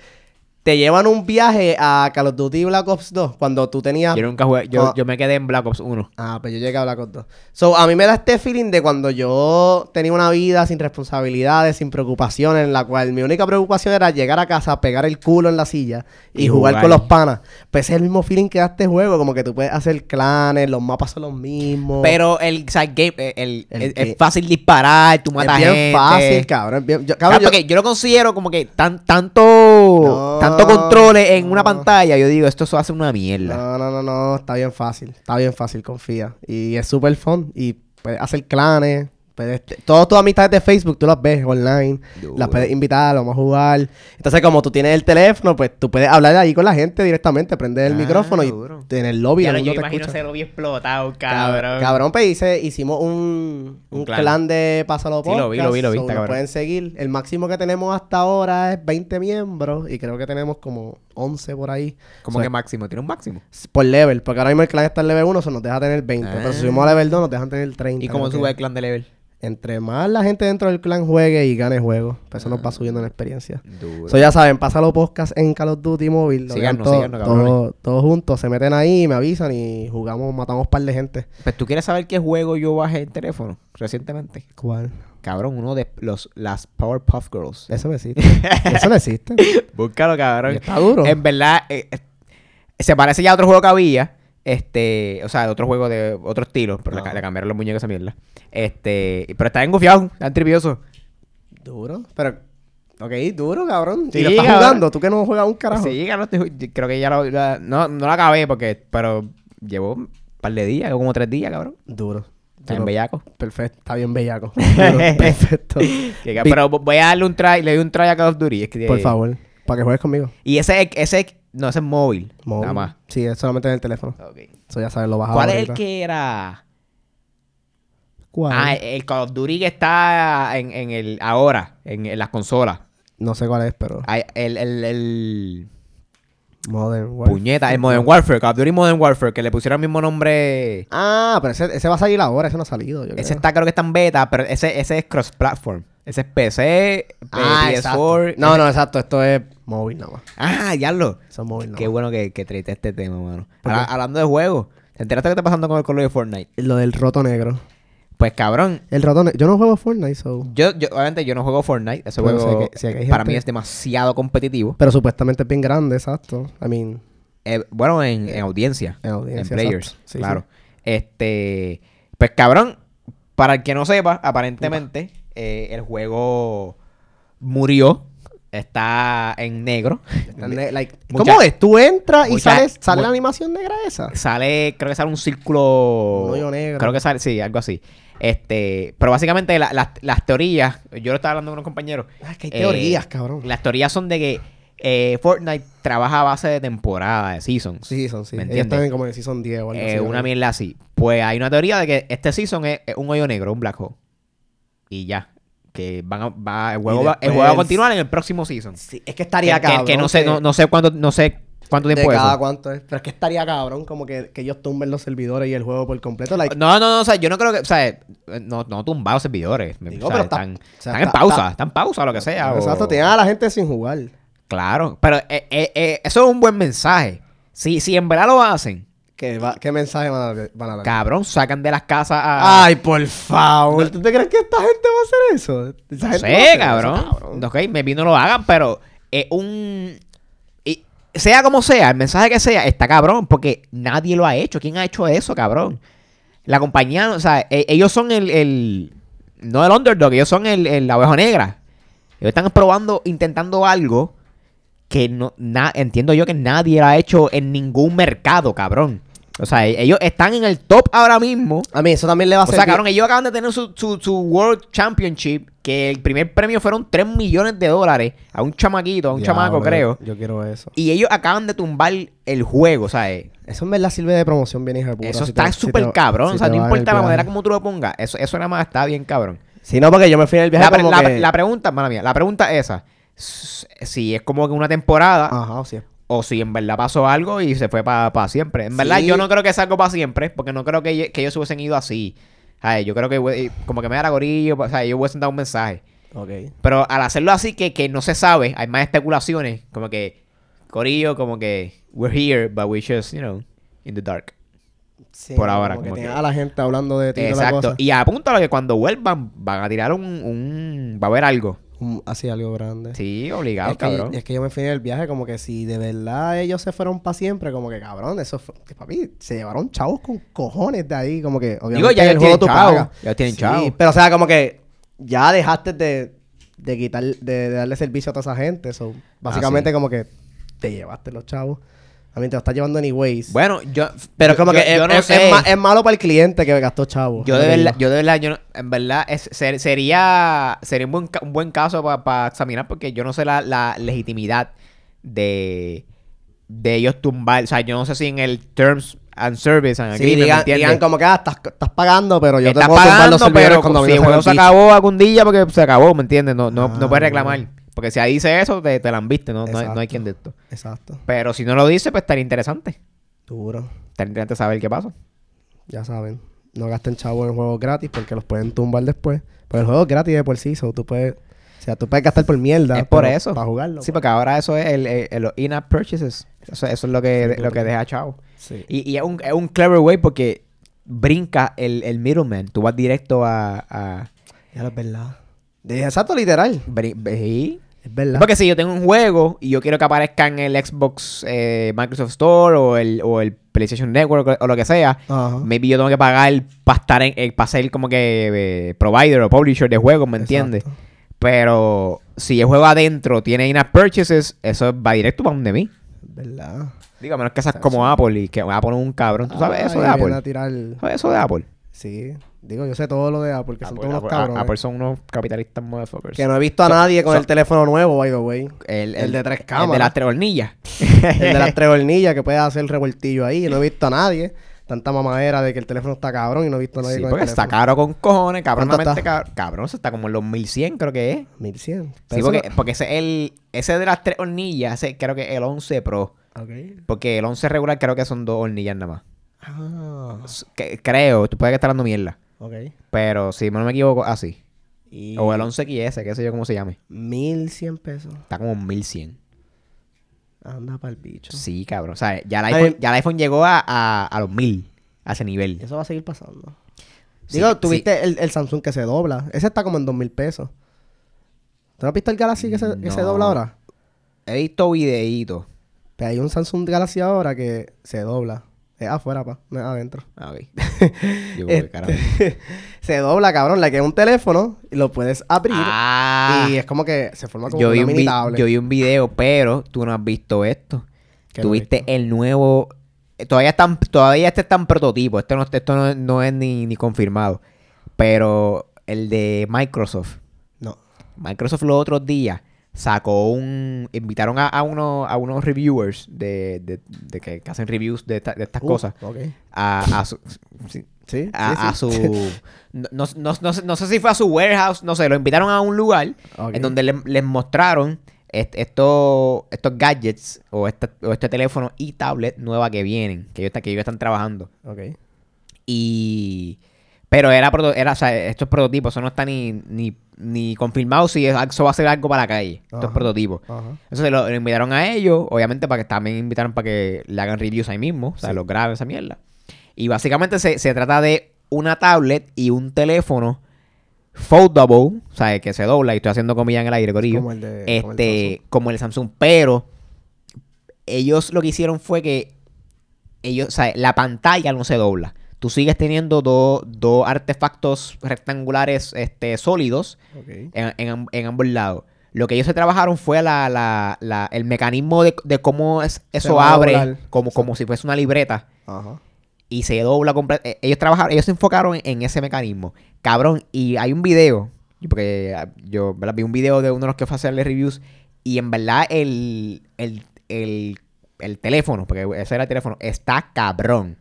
te llevan un viaje a Call of Duty Black Ops 2 cuando tú tenías Yo nunca jugué... Yo, Ah. yo me quedé en Black Ops 1. Ah, pues yo llegué a Black Ops 2. So, a mí me da este feeling de cuando yo tenía una vida sin responsabilidades, sin preocupaciones, en la cual mi única preocupación era llegar a casa, pegar el culo en la silla y, Y jugar, jugar. con los panas. Pues ese es el mismo feeling que da este juego, como que tú puedes hacer clanes, los mapas son los mismos. Pero el side game... eh, El, Oh. El es- que- es fácil disparar, tú matas es bien gente. fácil, cabrón. es bien- Claro, yo- cabrón, yo- Ah, porque yo lo considero como que tan, tanto, No, tanto controles en una no. pantalla. Yo digo, esto se hace una mierda. No, no, no, no, está bien fácil. Está bien fácil, confía. Y es súper fun. Y puedes hacer clanes. puedes- te- todas tus amistades de Facebook tú las ves online. Duro. Las puedes invitar, vamos a jugar. Entonces, como tú tienes el teléfono, pues tú puedes hablar ahí con la gente directamente. Prender el Ah, micrófono duro. y en el lobby Ya todo lo- el mundo yo te imagino escucha. ese lobby explotado, Cabrón. cabrón. Cabrón, pues hice- hicimos un, Un un clan. clan. de Pásalo Sí, lo vi, lo vi, lo vi, Podcast, so está nos cabrón. pueden seguir. El máximo que tenemos hasta ahora es 20 miembros y creo que tenemos como 11 por ahí. Como So, que máximo, tiene un máximo. por level, porque ahora mismo el clan está en level 1, eso nos deja tener 20. Ah. Pero si subimos a level 2, nos dejan tener 30. ¿Y cómo creo sube el que. clan de level? Entre más la gente dentro del clan juegue y gane juego, pues eso nos va subiendo en experiencia. Ah. Duro. Eso ya saben, pásalo podcast en Call of Duty móvil. Lo Síganos, vean todo- síganos, todo- cabrones. todos juntos, se meten ahí, me avisan y jugamos, matamos un par de gente. Pues tú quieres saber qué juego yo bajé el teléfono recientemente. ¿Cuál? Cabrón, uno de los, las Powerpuff Girls. Eso no existe. eso no existe. Búscalo, Y cabrón. está duro. En verdad, eh, eh, se parece ya a otro juego que había. Este, o sea, de otro juego de otro estilo, pero le, Ajá. ca- le cambiaron los muñecos a esa mierda. Este, pero está engufiado, está trivioso. Duro. Pero, ok, duro, cabrón. Sí, y lo estás cabrón. jugando, tú que no juegas un carajo. Sí, claro, estoy ju- yo creo que ya lo, la- no, no lo acabé porque, pero llevó un par de días, como tres días, cabrón. Duro. Está en Duro. bellaco. Perfecto, está bien bellaco. Duro, Perfecto. Que- que- pero voy a darle un try, le doy un try a Call of Duty. es que- eh, Por favor, para que juegues conmigo. Y ese, ese, no, ese es móvil. Nada Móvil. más. Sí, es solamente en el teléfono. Eso ya sabes, lo bajas ¿Cuál es ahorita. Ah, el que era? ¿Cuál? Ah, el Call of Duty que está en, en el ahora, en, en las consolas. No sé cuál es, pero... Ay, El, el, el- Modern Warfare. puñeta, el Modern Warfare, Call of Duty Modern Warfare, que le pusieron el mismo nombre. Ah, pero ese, ese va a salir ahora. Ese no ha salido, yo Ese creo. está, creo que está en beta, pero ese, ese es cross-platform. Ese es PC, Ah, PS4. exacto. No, no, exacto. Esto es móvil nada más. Ah, diablo. Eso es móvil nada Qué más. bueno que, que traité este tema, mano. ¿Por Ahora, qué? hablando de juegos, ¿te enteraste qué está pasando con el color de Fortnite? Lo del roto negro. Pues cabrón, El roto negro. Yo no juego Fortnite, so... yo, yo obviamente yo no juego Fortnite, ese juego Pero sé que- sé que hay para gente- mí es demasiado competitivo. Pero supuestamente es bien grande, exacto. I mean, Eh, bueno, en, en audiencia. En En audiencia, players. exacto. Sí, claro. Este. Pues cabrón, para el que no sepa, aparentemente eh, el juego murió. Está en negro. like, Mucha- ¿Cómo es? Tú entras y mucha- sales, sale mu- la animación negra esa. Sale, creo que sale un círculo. Un hoyo negro. Creo que sale, sí, algo así. Este, pero básicamente la- las- las teorías, yo lo estaba hablando con unos compañeros. Ah, que Eh, cabrón. Las teorías son de que eh, Fortnite trabaja a base de temporada, de seasons. Sí, sí, son, sí. ¿Me Ellos entiendes? están en como en Season 10 o algo Eh, así. una ¿no? mierda así. Pues hay una teoría de que este season es, es un hoyo negro, un black hole. Y ya. Que van a- va, el juego, Y va, el después juego va a el- continuar en el próximo season. Sí, es que Que, estaría que- cabrón. que no sé, no, no sé cuánto, no sé cuánto de tiempo es. cada eso. cuánto es. Pero es que estaría cabrón como que, que ellos tumben los servidores y el juego por completo. Like, No, no, no, o sea, yo no creo que, o sea, eh, no, no tumbados servidores. me- Digo, o sea, pero está- están, o sea, están en está- pausa, está- están en pausa, lo que sea. o- exacto, tienen a la gente sin jugar. Claro, pero eh, eh, eh, eso es un buen mensaje. Si, si en verdad lo hacen, ¿Qué, va- qué mensaje van a, van a dar? cabrón, sacan de las casas a... Ay, por favor. ¿Tú te crees que esta gente va a hacer eso? Esa No gente sé, va a hacer eso, cabrón. Ok, maybe no lo hagan, pero es un. y sea como sea, el mensaje que sea, está cabrón, porque nadie lo ha hecho. ¿Quién ha hecho eso, cabrón? La compañía, o sea, e- ellos son el, el- No el underdog, ellos son el, el- la oveja negra. Ellos están probando, intentando algo que no na- entiendo yo que nadie lo ha hecho en ningún mercado, cabrón. O sea, e- ellos están en el top ahora mismo. A mí eso también le va a O sea, servir. cabrón, ellos acaban de tener su, su- su World Championship, que el primer premio fueron 3 millones de dólares a un chamaquito, a un Diablo, chamaco, creo. Yo quiero eso. Y ellos acaban de tumbar el juego, ¿sabes? Eso en verdad sirve de promoción bien hija de puta. Eso si está te- si súper te- cabrón. si o sea, te no van el importa la viaje. manera como tú lo pongas. Eso, eso nada más está bien, cabrón. Sí, no, porque yo me fui en el viaje La, pre- como la- que... la pregunta, mala mía, la pregunta es esa. S- Si es como que una temporada Ajá, o sea. o si en verdad pasó algo y se fue para siempre. En verdad, Sí. yo no creo que sea algo para siempre, porque no creo que, ye- que ellos hubiesen ido así. Ay, yo creo que hue- como que me da gorillo, o sea, ellos hubiesen dado un mensaje. Ok. Pero al hacerlo así, que, que no se sabe, hay más especulaciones, como que, Corillo, como que, we're here, but we're just, you know, in the dark. Sí, Por ahora, Como que como tenía que- a la gente hablando de ti y toda la Exacto. cosa. Y apúntalo que cuando vuelvan, van a tirar un, un- va a haber algo. Un- Así algo grande. Sí, obligado, es, que, cabrón. es que yo me fui en el viaje como que si de verdad ellos se fueron para siempre, como que cabrón, eso fue... Que, papi, se llevaron chavos con cojones de ahí, como que... Obviamente Digo, ya en ellos tienen chavo, pagas. ya tienen Sí, chavo. pero o sea, como que ya dejaste de, de quitar, de, de darle servicio a toda esa gente. So, básicamente Ah, sí. como que te llevaste los chavos. A mí te lo estás llevando anyways. Bueno, yo... Pero como yo- que yo es, no es- sé. es ma- es malo para el cliente que gastó chavo. Yo de verdad, yo de verdad, yo no- en verdad, es- ser- sería, sería un buen, ca- un buen caso para examinar porque yo no sé la, la legitimidad de, de ellos tumbar. O sea, yo no sé si en el Terms and Service, and Sí, Agreement, ¿me digan, entiendes? digan como que ah, estás, estás pagando, pero yo Estás te puedo tumbar pagando, los servidores pero cuando a mí si el me juego se salga el acabó algún día porque se acabó, ¿me entiendes? No, no, Ah. no puedes reclamar. Porque si ahí dice eso, te, te la han visto, no, no, hay, no hay Exacto. quien de esto. bill. Exacto. Pero si no lo dice, pues estaría interesante. Duro. Estaría interesante saber qué pasa. Ya saben. No gasten chavo en juegos gratis porque los pueden tumbar después. Pero el juego es gratis de por sí, so tú puedes... O sea, tú puedes gastar por mierda. Es por pero eso. Para jugarlo. Sí, pues. porque ahora eso es el, el- el- los in-app purchases. Eso, eso es lo que, Sí, lo que brutal. deja chavo. pues. Sí. Y, y es, un, es un clever way porque brinca el, el middleman. Tú vas directo a. a Ya lo es verdad. De- Exacto, literal. bri- sí. Es verdad. Porque si yo tengo un juego y yo quiero que aparezca en el Xbox eh, Microsoft Store o el, o el PlayStation Network o, lo que sea, Ajá. maybe yo tengo que pagar para estar en, eh, para ser como que eh, provider o publisher de juegos, ¿me entiendes? Exacto. Pero si el juego adentro tiene in-app purchases, eso va directo para donde mí. Es verdad. Digo, a menos que seas como Apple y que Apple es un cabrón. ¿Tú sabes eso de Ay, Ah, viene Apple? a tirar... ¿Sabes eso de Apple? Sí, digo, yo sé todo lo de Apple, que son Apple, todos los Ah, pues, Apple- a- cabrones. Apple son unos capitalistas motherfuckers. Que no he visto a nadie con so- el teléfono nuevo, by the way. el, el de tres El de cámaras. las tres hornillas. El de las tres hornillas que puede hacer el revueltillo ahí. Yo no he visto a nadie. Tanta mamadera de que el teléfono está cabrón y no he visto a nadie Sí, con porque el teléfono. está caro con cojones, cabronamente ¿Cuánto caro. Cabrón, se está como en los 1100, creo que es. 1100. Sí, Pero porque, eso porque ese es el ese de las tres hornillas, ese creo que es el 11 Pro. no- Ok. Porque el 11 regular creo que son dos hornillas nada Ah, más. Que- creo, tú puedes estar dando mierda. ok. Pero si no me equivoco, así. Y O el 11XS, qué sé yo cómo se llame. 1100 pesos. Está como en 1100. Anda para el bicho. Pues Sí, cabrón. O sea, ya el Ay, iPhone, ya el iPhone llegó a, a, a los 1000, a ese nivel. Eso va a seguir pasando. Sí, Digo, sí. tuviste el, el Samsung que se dobla. Ese está como en 2000 pesos. ¿Tú no has visto el Galaxy que se, que se No. dobla ahora? He visto videitos. Pero hay un Samsung Galaxy ahora que se dobla. Es afuera, pa. No es adentro. Ah, ok. Yo como que, Este, carajo. se dobla, cabrón. La que es un teléfono y lo puedes abrir. Ah, Y es como que se forma como yo, vi una un mini vi- tablet. yo vi un video, pero tú no has visto esto. Que no he Tuviste e- el nuevo. eh, Todavía están, todavía este está en prototipo. Este no, esto no, no es ni, ni confirmado. Pero el de Microsoft. No. Microsoft los otros días sacó un. Invitaron a, a unos, a unos reviewers de, de- de que, que hacen reviews de, esta- de estas Uh, cosas. Ok. A, a su. sí, Sí, sí, A, a sí. su. No, no- no- no sé- no sé si fue a su warehouse, no sé. Lo invitaron a un lugar Ok. en donde le- les mostraron est- estos, estos gadgets o este, o este teléfono y tablet nueva que vienen, que ellos, están- que ellos están trabajando. Ok. Y. Pero era, proto- era o sea, estos prototipos, eso no está ni, ni, ni confirmado si es- eso va a ser algo para la calle. Estos Ajá. prototipos. Ajá. Entonces lo, lo invitaron a ellos, obviamente para que también invitaron para que le hagan reviews ahí mismo, o sea, Sí. los graben esa mierda. Y básicamente se, se trata de una tablet y un teléfono foldable, o sea, que se dobla y estoy haciendo comida en el aire, corillo. Como el de. Eh, como el este, como el Samsung, pero ellos lo que hicieron fue que ellos, o sea, la pantalla no se dobla. Tú sigues teniendo dos dos artefactos rectangulares este, sólidos Samsung. Ok. en, en am- en ambos lados. Lo que ellos se trabajaron fue la, la- la- el mecanismo de, de cómo es- eso va a abre, doblar. como, como si fuese una libreta, Ajá. y se dobla comple- eh, Ellos trabajaron, ellos se enfocaron en, en ese mecanismo. Cabrón, y hay un video, y porque ah, yo ¿verdad? vi un video de uno de los que fue a hacerle reviews, y en verdad el, el, el- el teléfono, porque ese era el teléfono, está cabrón.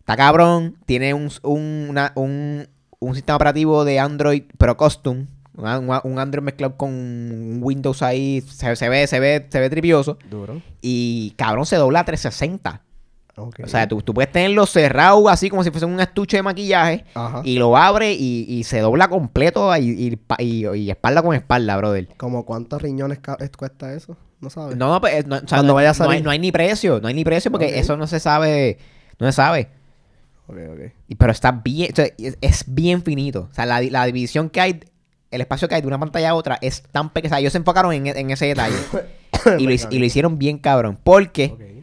Está cabrón, tiene un, un- una- un- un sistema operativo de Android, pero custom. una- una- un Android mezclado con un Windows ahí, se, se ve, se ve, se ve tripioso. Duro. Y cabrón, se dobla a 360. Ok. O sea, tú, tú puedes tenerlo cerrado así como si fuese un estuche de maquillaje Ajá. y lo abre y, y se dobla completo y, y pa- y- y espalda con espalda, brother. ¿Como cuántos riñones ca- es- cuesta eso? No sabes. No, no, pues, no, o sea, Cuando no- vaya a no hay- salir. no hay ni precio, no hay ni precio porque Ok. eso no se sabe, no se sabe. Ok, ok. Y- Pero está bien, o sea, es, es bien finito. O sea, la, di- la división que hay, el espacio que hay de una pantalla a otra es tan pequeño. O sea, ellos se enfocaron en, e- en ese detalle. y, lo, hic- y lo hicieron bien cabrón. Porque,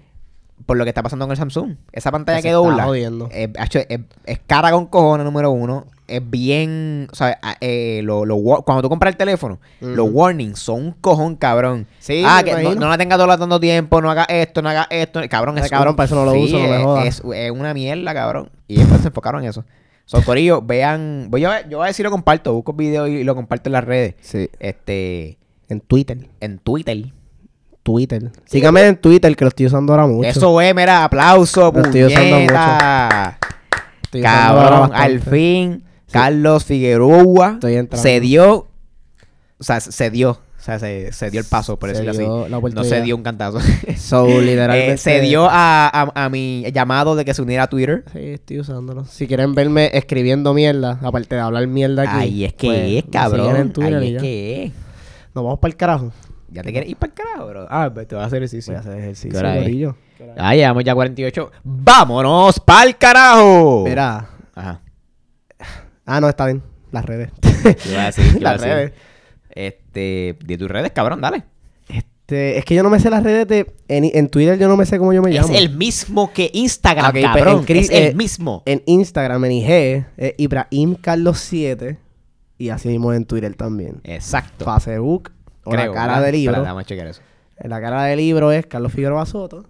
por lo que está pasando con el Samsung, esa pantalla Que se que está dobla jodiendo. eh, hacho, es, es cara con cojones, número uno. Es bien, o sea, a- eh, lo- lo wa- cuando tú compras el teléfono, Ujú. los warnings son un cojón, cabrón. Sí, ah, me que no, imagino. no la tengas doblada tanto tiempo, no hagas esto, no hagas esto. Eh, Cabrón, Ay, es cabrón, un- para eso no lo uso, no me es- jodas. Es, es una mierda, cabrón. Y ellos se enfocaron en eso. So, Corillo, vean, voy a, yo voy a decir lo comparto, busco el video y lo comparto en las redes. Sí. Este, En Twitter. en Twitter. Twitter. Sígame en Twitter, que lo estoy usando ahora mucho. Eso es, mira, aplauso, Lo estoy usando mucho. puñeta. Estoy usando ahora Cabrón, bastante. al fin, Carlos Figueroa Estoy entrando. se dio, o sea, se dio, o sea, se, se dio el paso, por Se decirlo así. dio la No se oportunidad. dio un cantazo. So, literalmente. Eh, se dio a, a- a mi llamado de que se uniera a Twitter. Sí, estoy usándolo. Si quieren verme escribiendo mierda, aparte de hablar mierda aquí. Ahí es que pues, es, me siguen en cabrón. Twitter y Ahí ya. es que es. Nos vamos para el carajo. Ya te quieres ir para el carajo, bro. Ah, pues te vas a hacer ejercicio. Voy a hacer ejercicio, ¿Qué hora es? gorillo. Ah, llevamos ya 48. ¡Vámonos para el carajo! Mira. Ajá. Ah, no, está bien. Las redes. ¿Qué iba a decir? ¿Qué iba a Las decir? redes. Este, de tus redes, cabrón, dale. Este, es que yo no me sé las redes de. En, en Twitter yo no me sé cómo yo me Es llamo. el mismo que Instagram, Ok, pues, cabrón. en Cri- es el eh, mismo. En Instagram, en IG, es Ibrahim Carlos 7. Y así mismo en Twitter también. Exacto. Facebook. O la Creo, cara ¿verdad? de libro. Espera, dame a chequear eso. En la cara del libro es Carlos Figueroa Soto.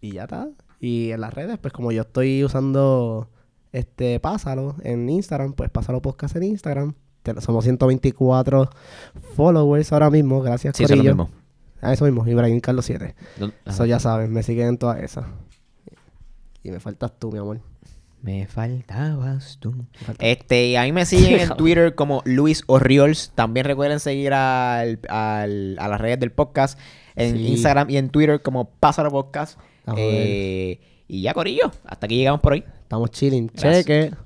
Y ya está. Y en las redes, pues como yo estoy usando este Pásalo en Instagram, pues Pásalo Podcast en Instagram. Te- Somos 124 followers ahora mismo, gracias Sí, eso es lo Corillo. mismo. Ah, eso mismo, Ibrahim Carlos 7. ¿Dónde- Eso ya saben, me siguen en todas esas. Y me faltas tú, mi amor. Me faltabas tú. faltabas. Este, y a mí me siguen en Cabrón. Twitter como Luis Orriols. También recuerden seguir al, al- a las redes del podcast en Sí. Instagram y en Twitter como Pásaro Podcast. Ah, joder. Eh, y ya, Corillo, hasta aquí llegamos por hoy. Estamos chilling. Gracias. Cheque.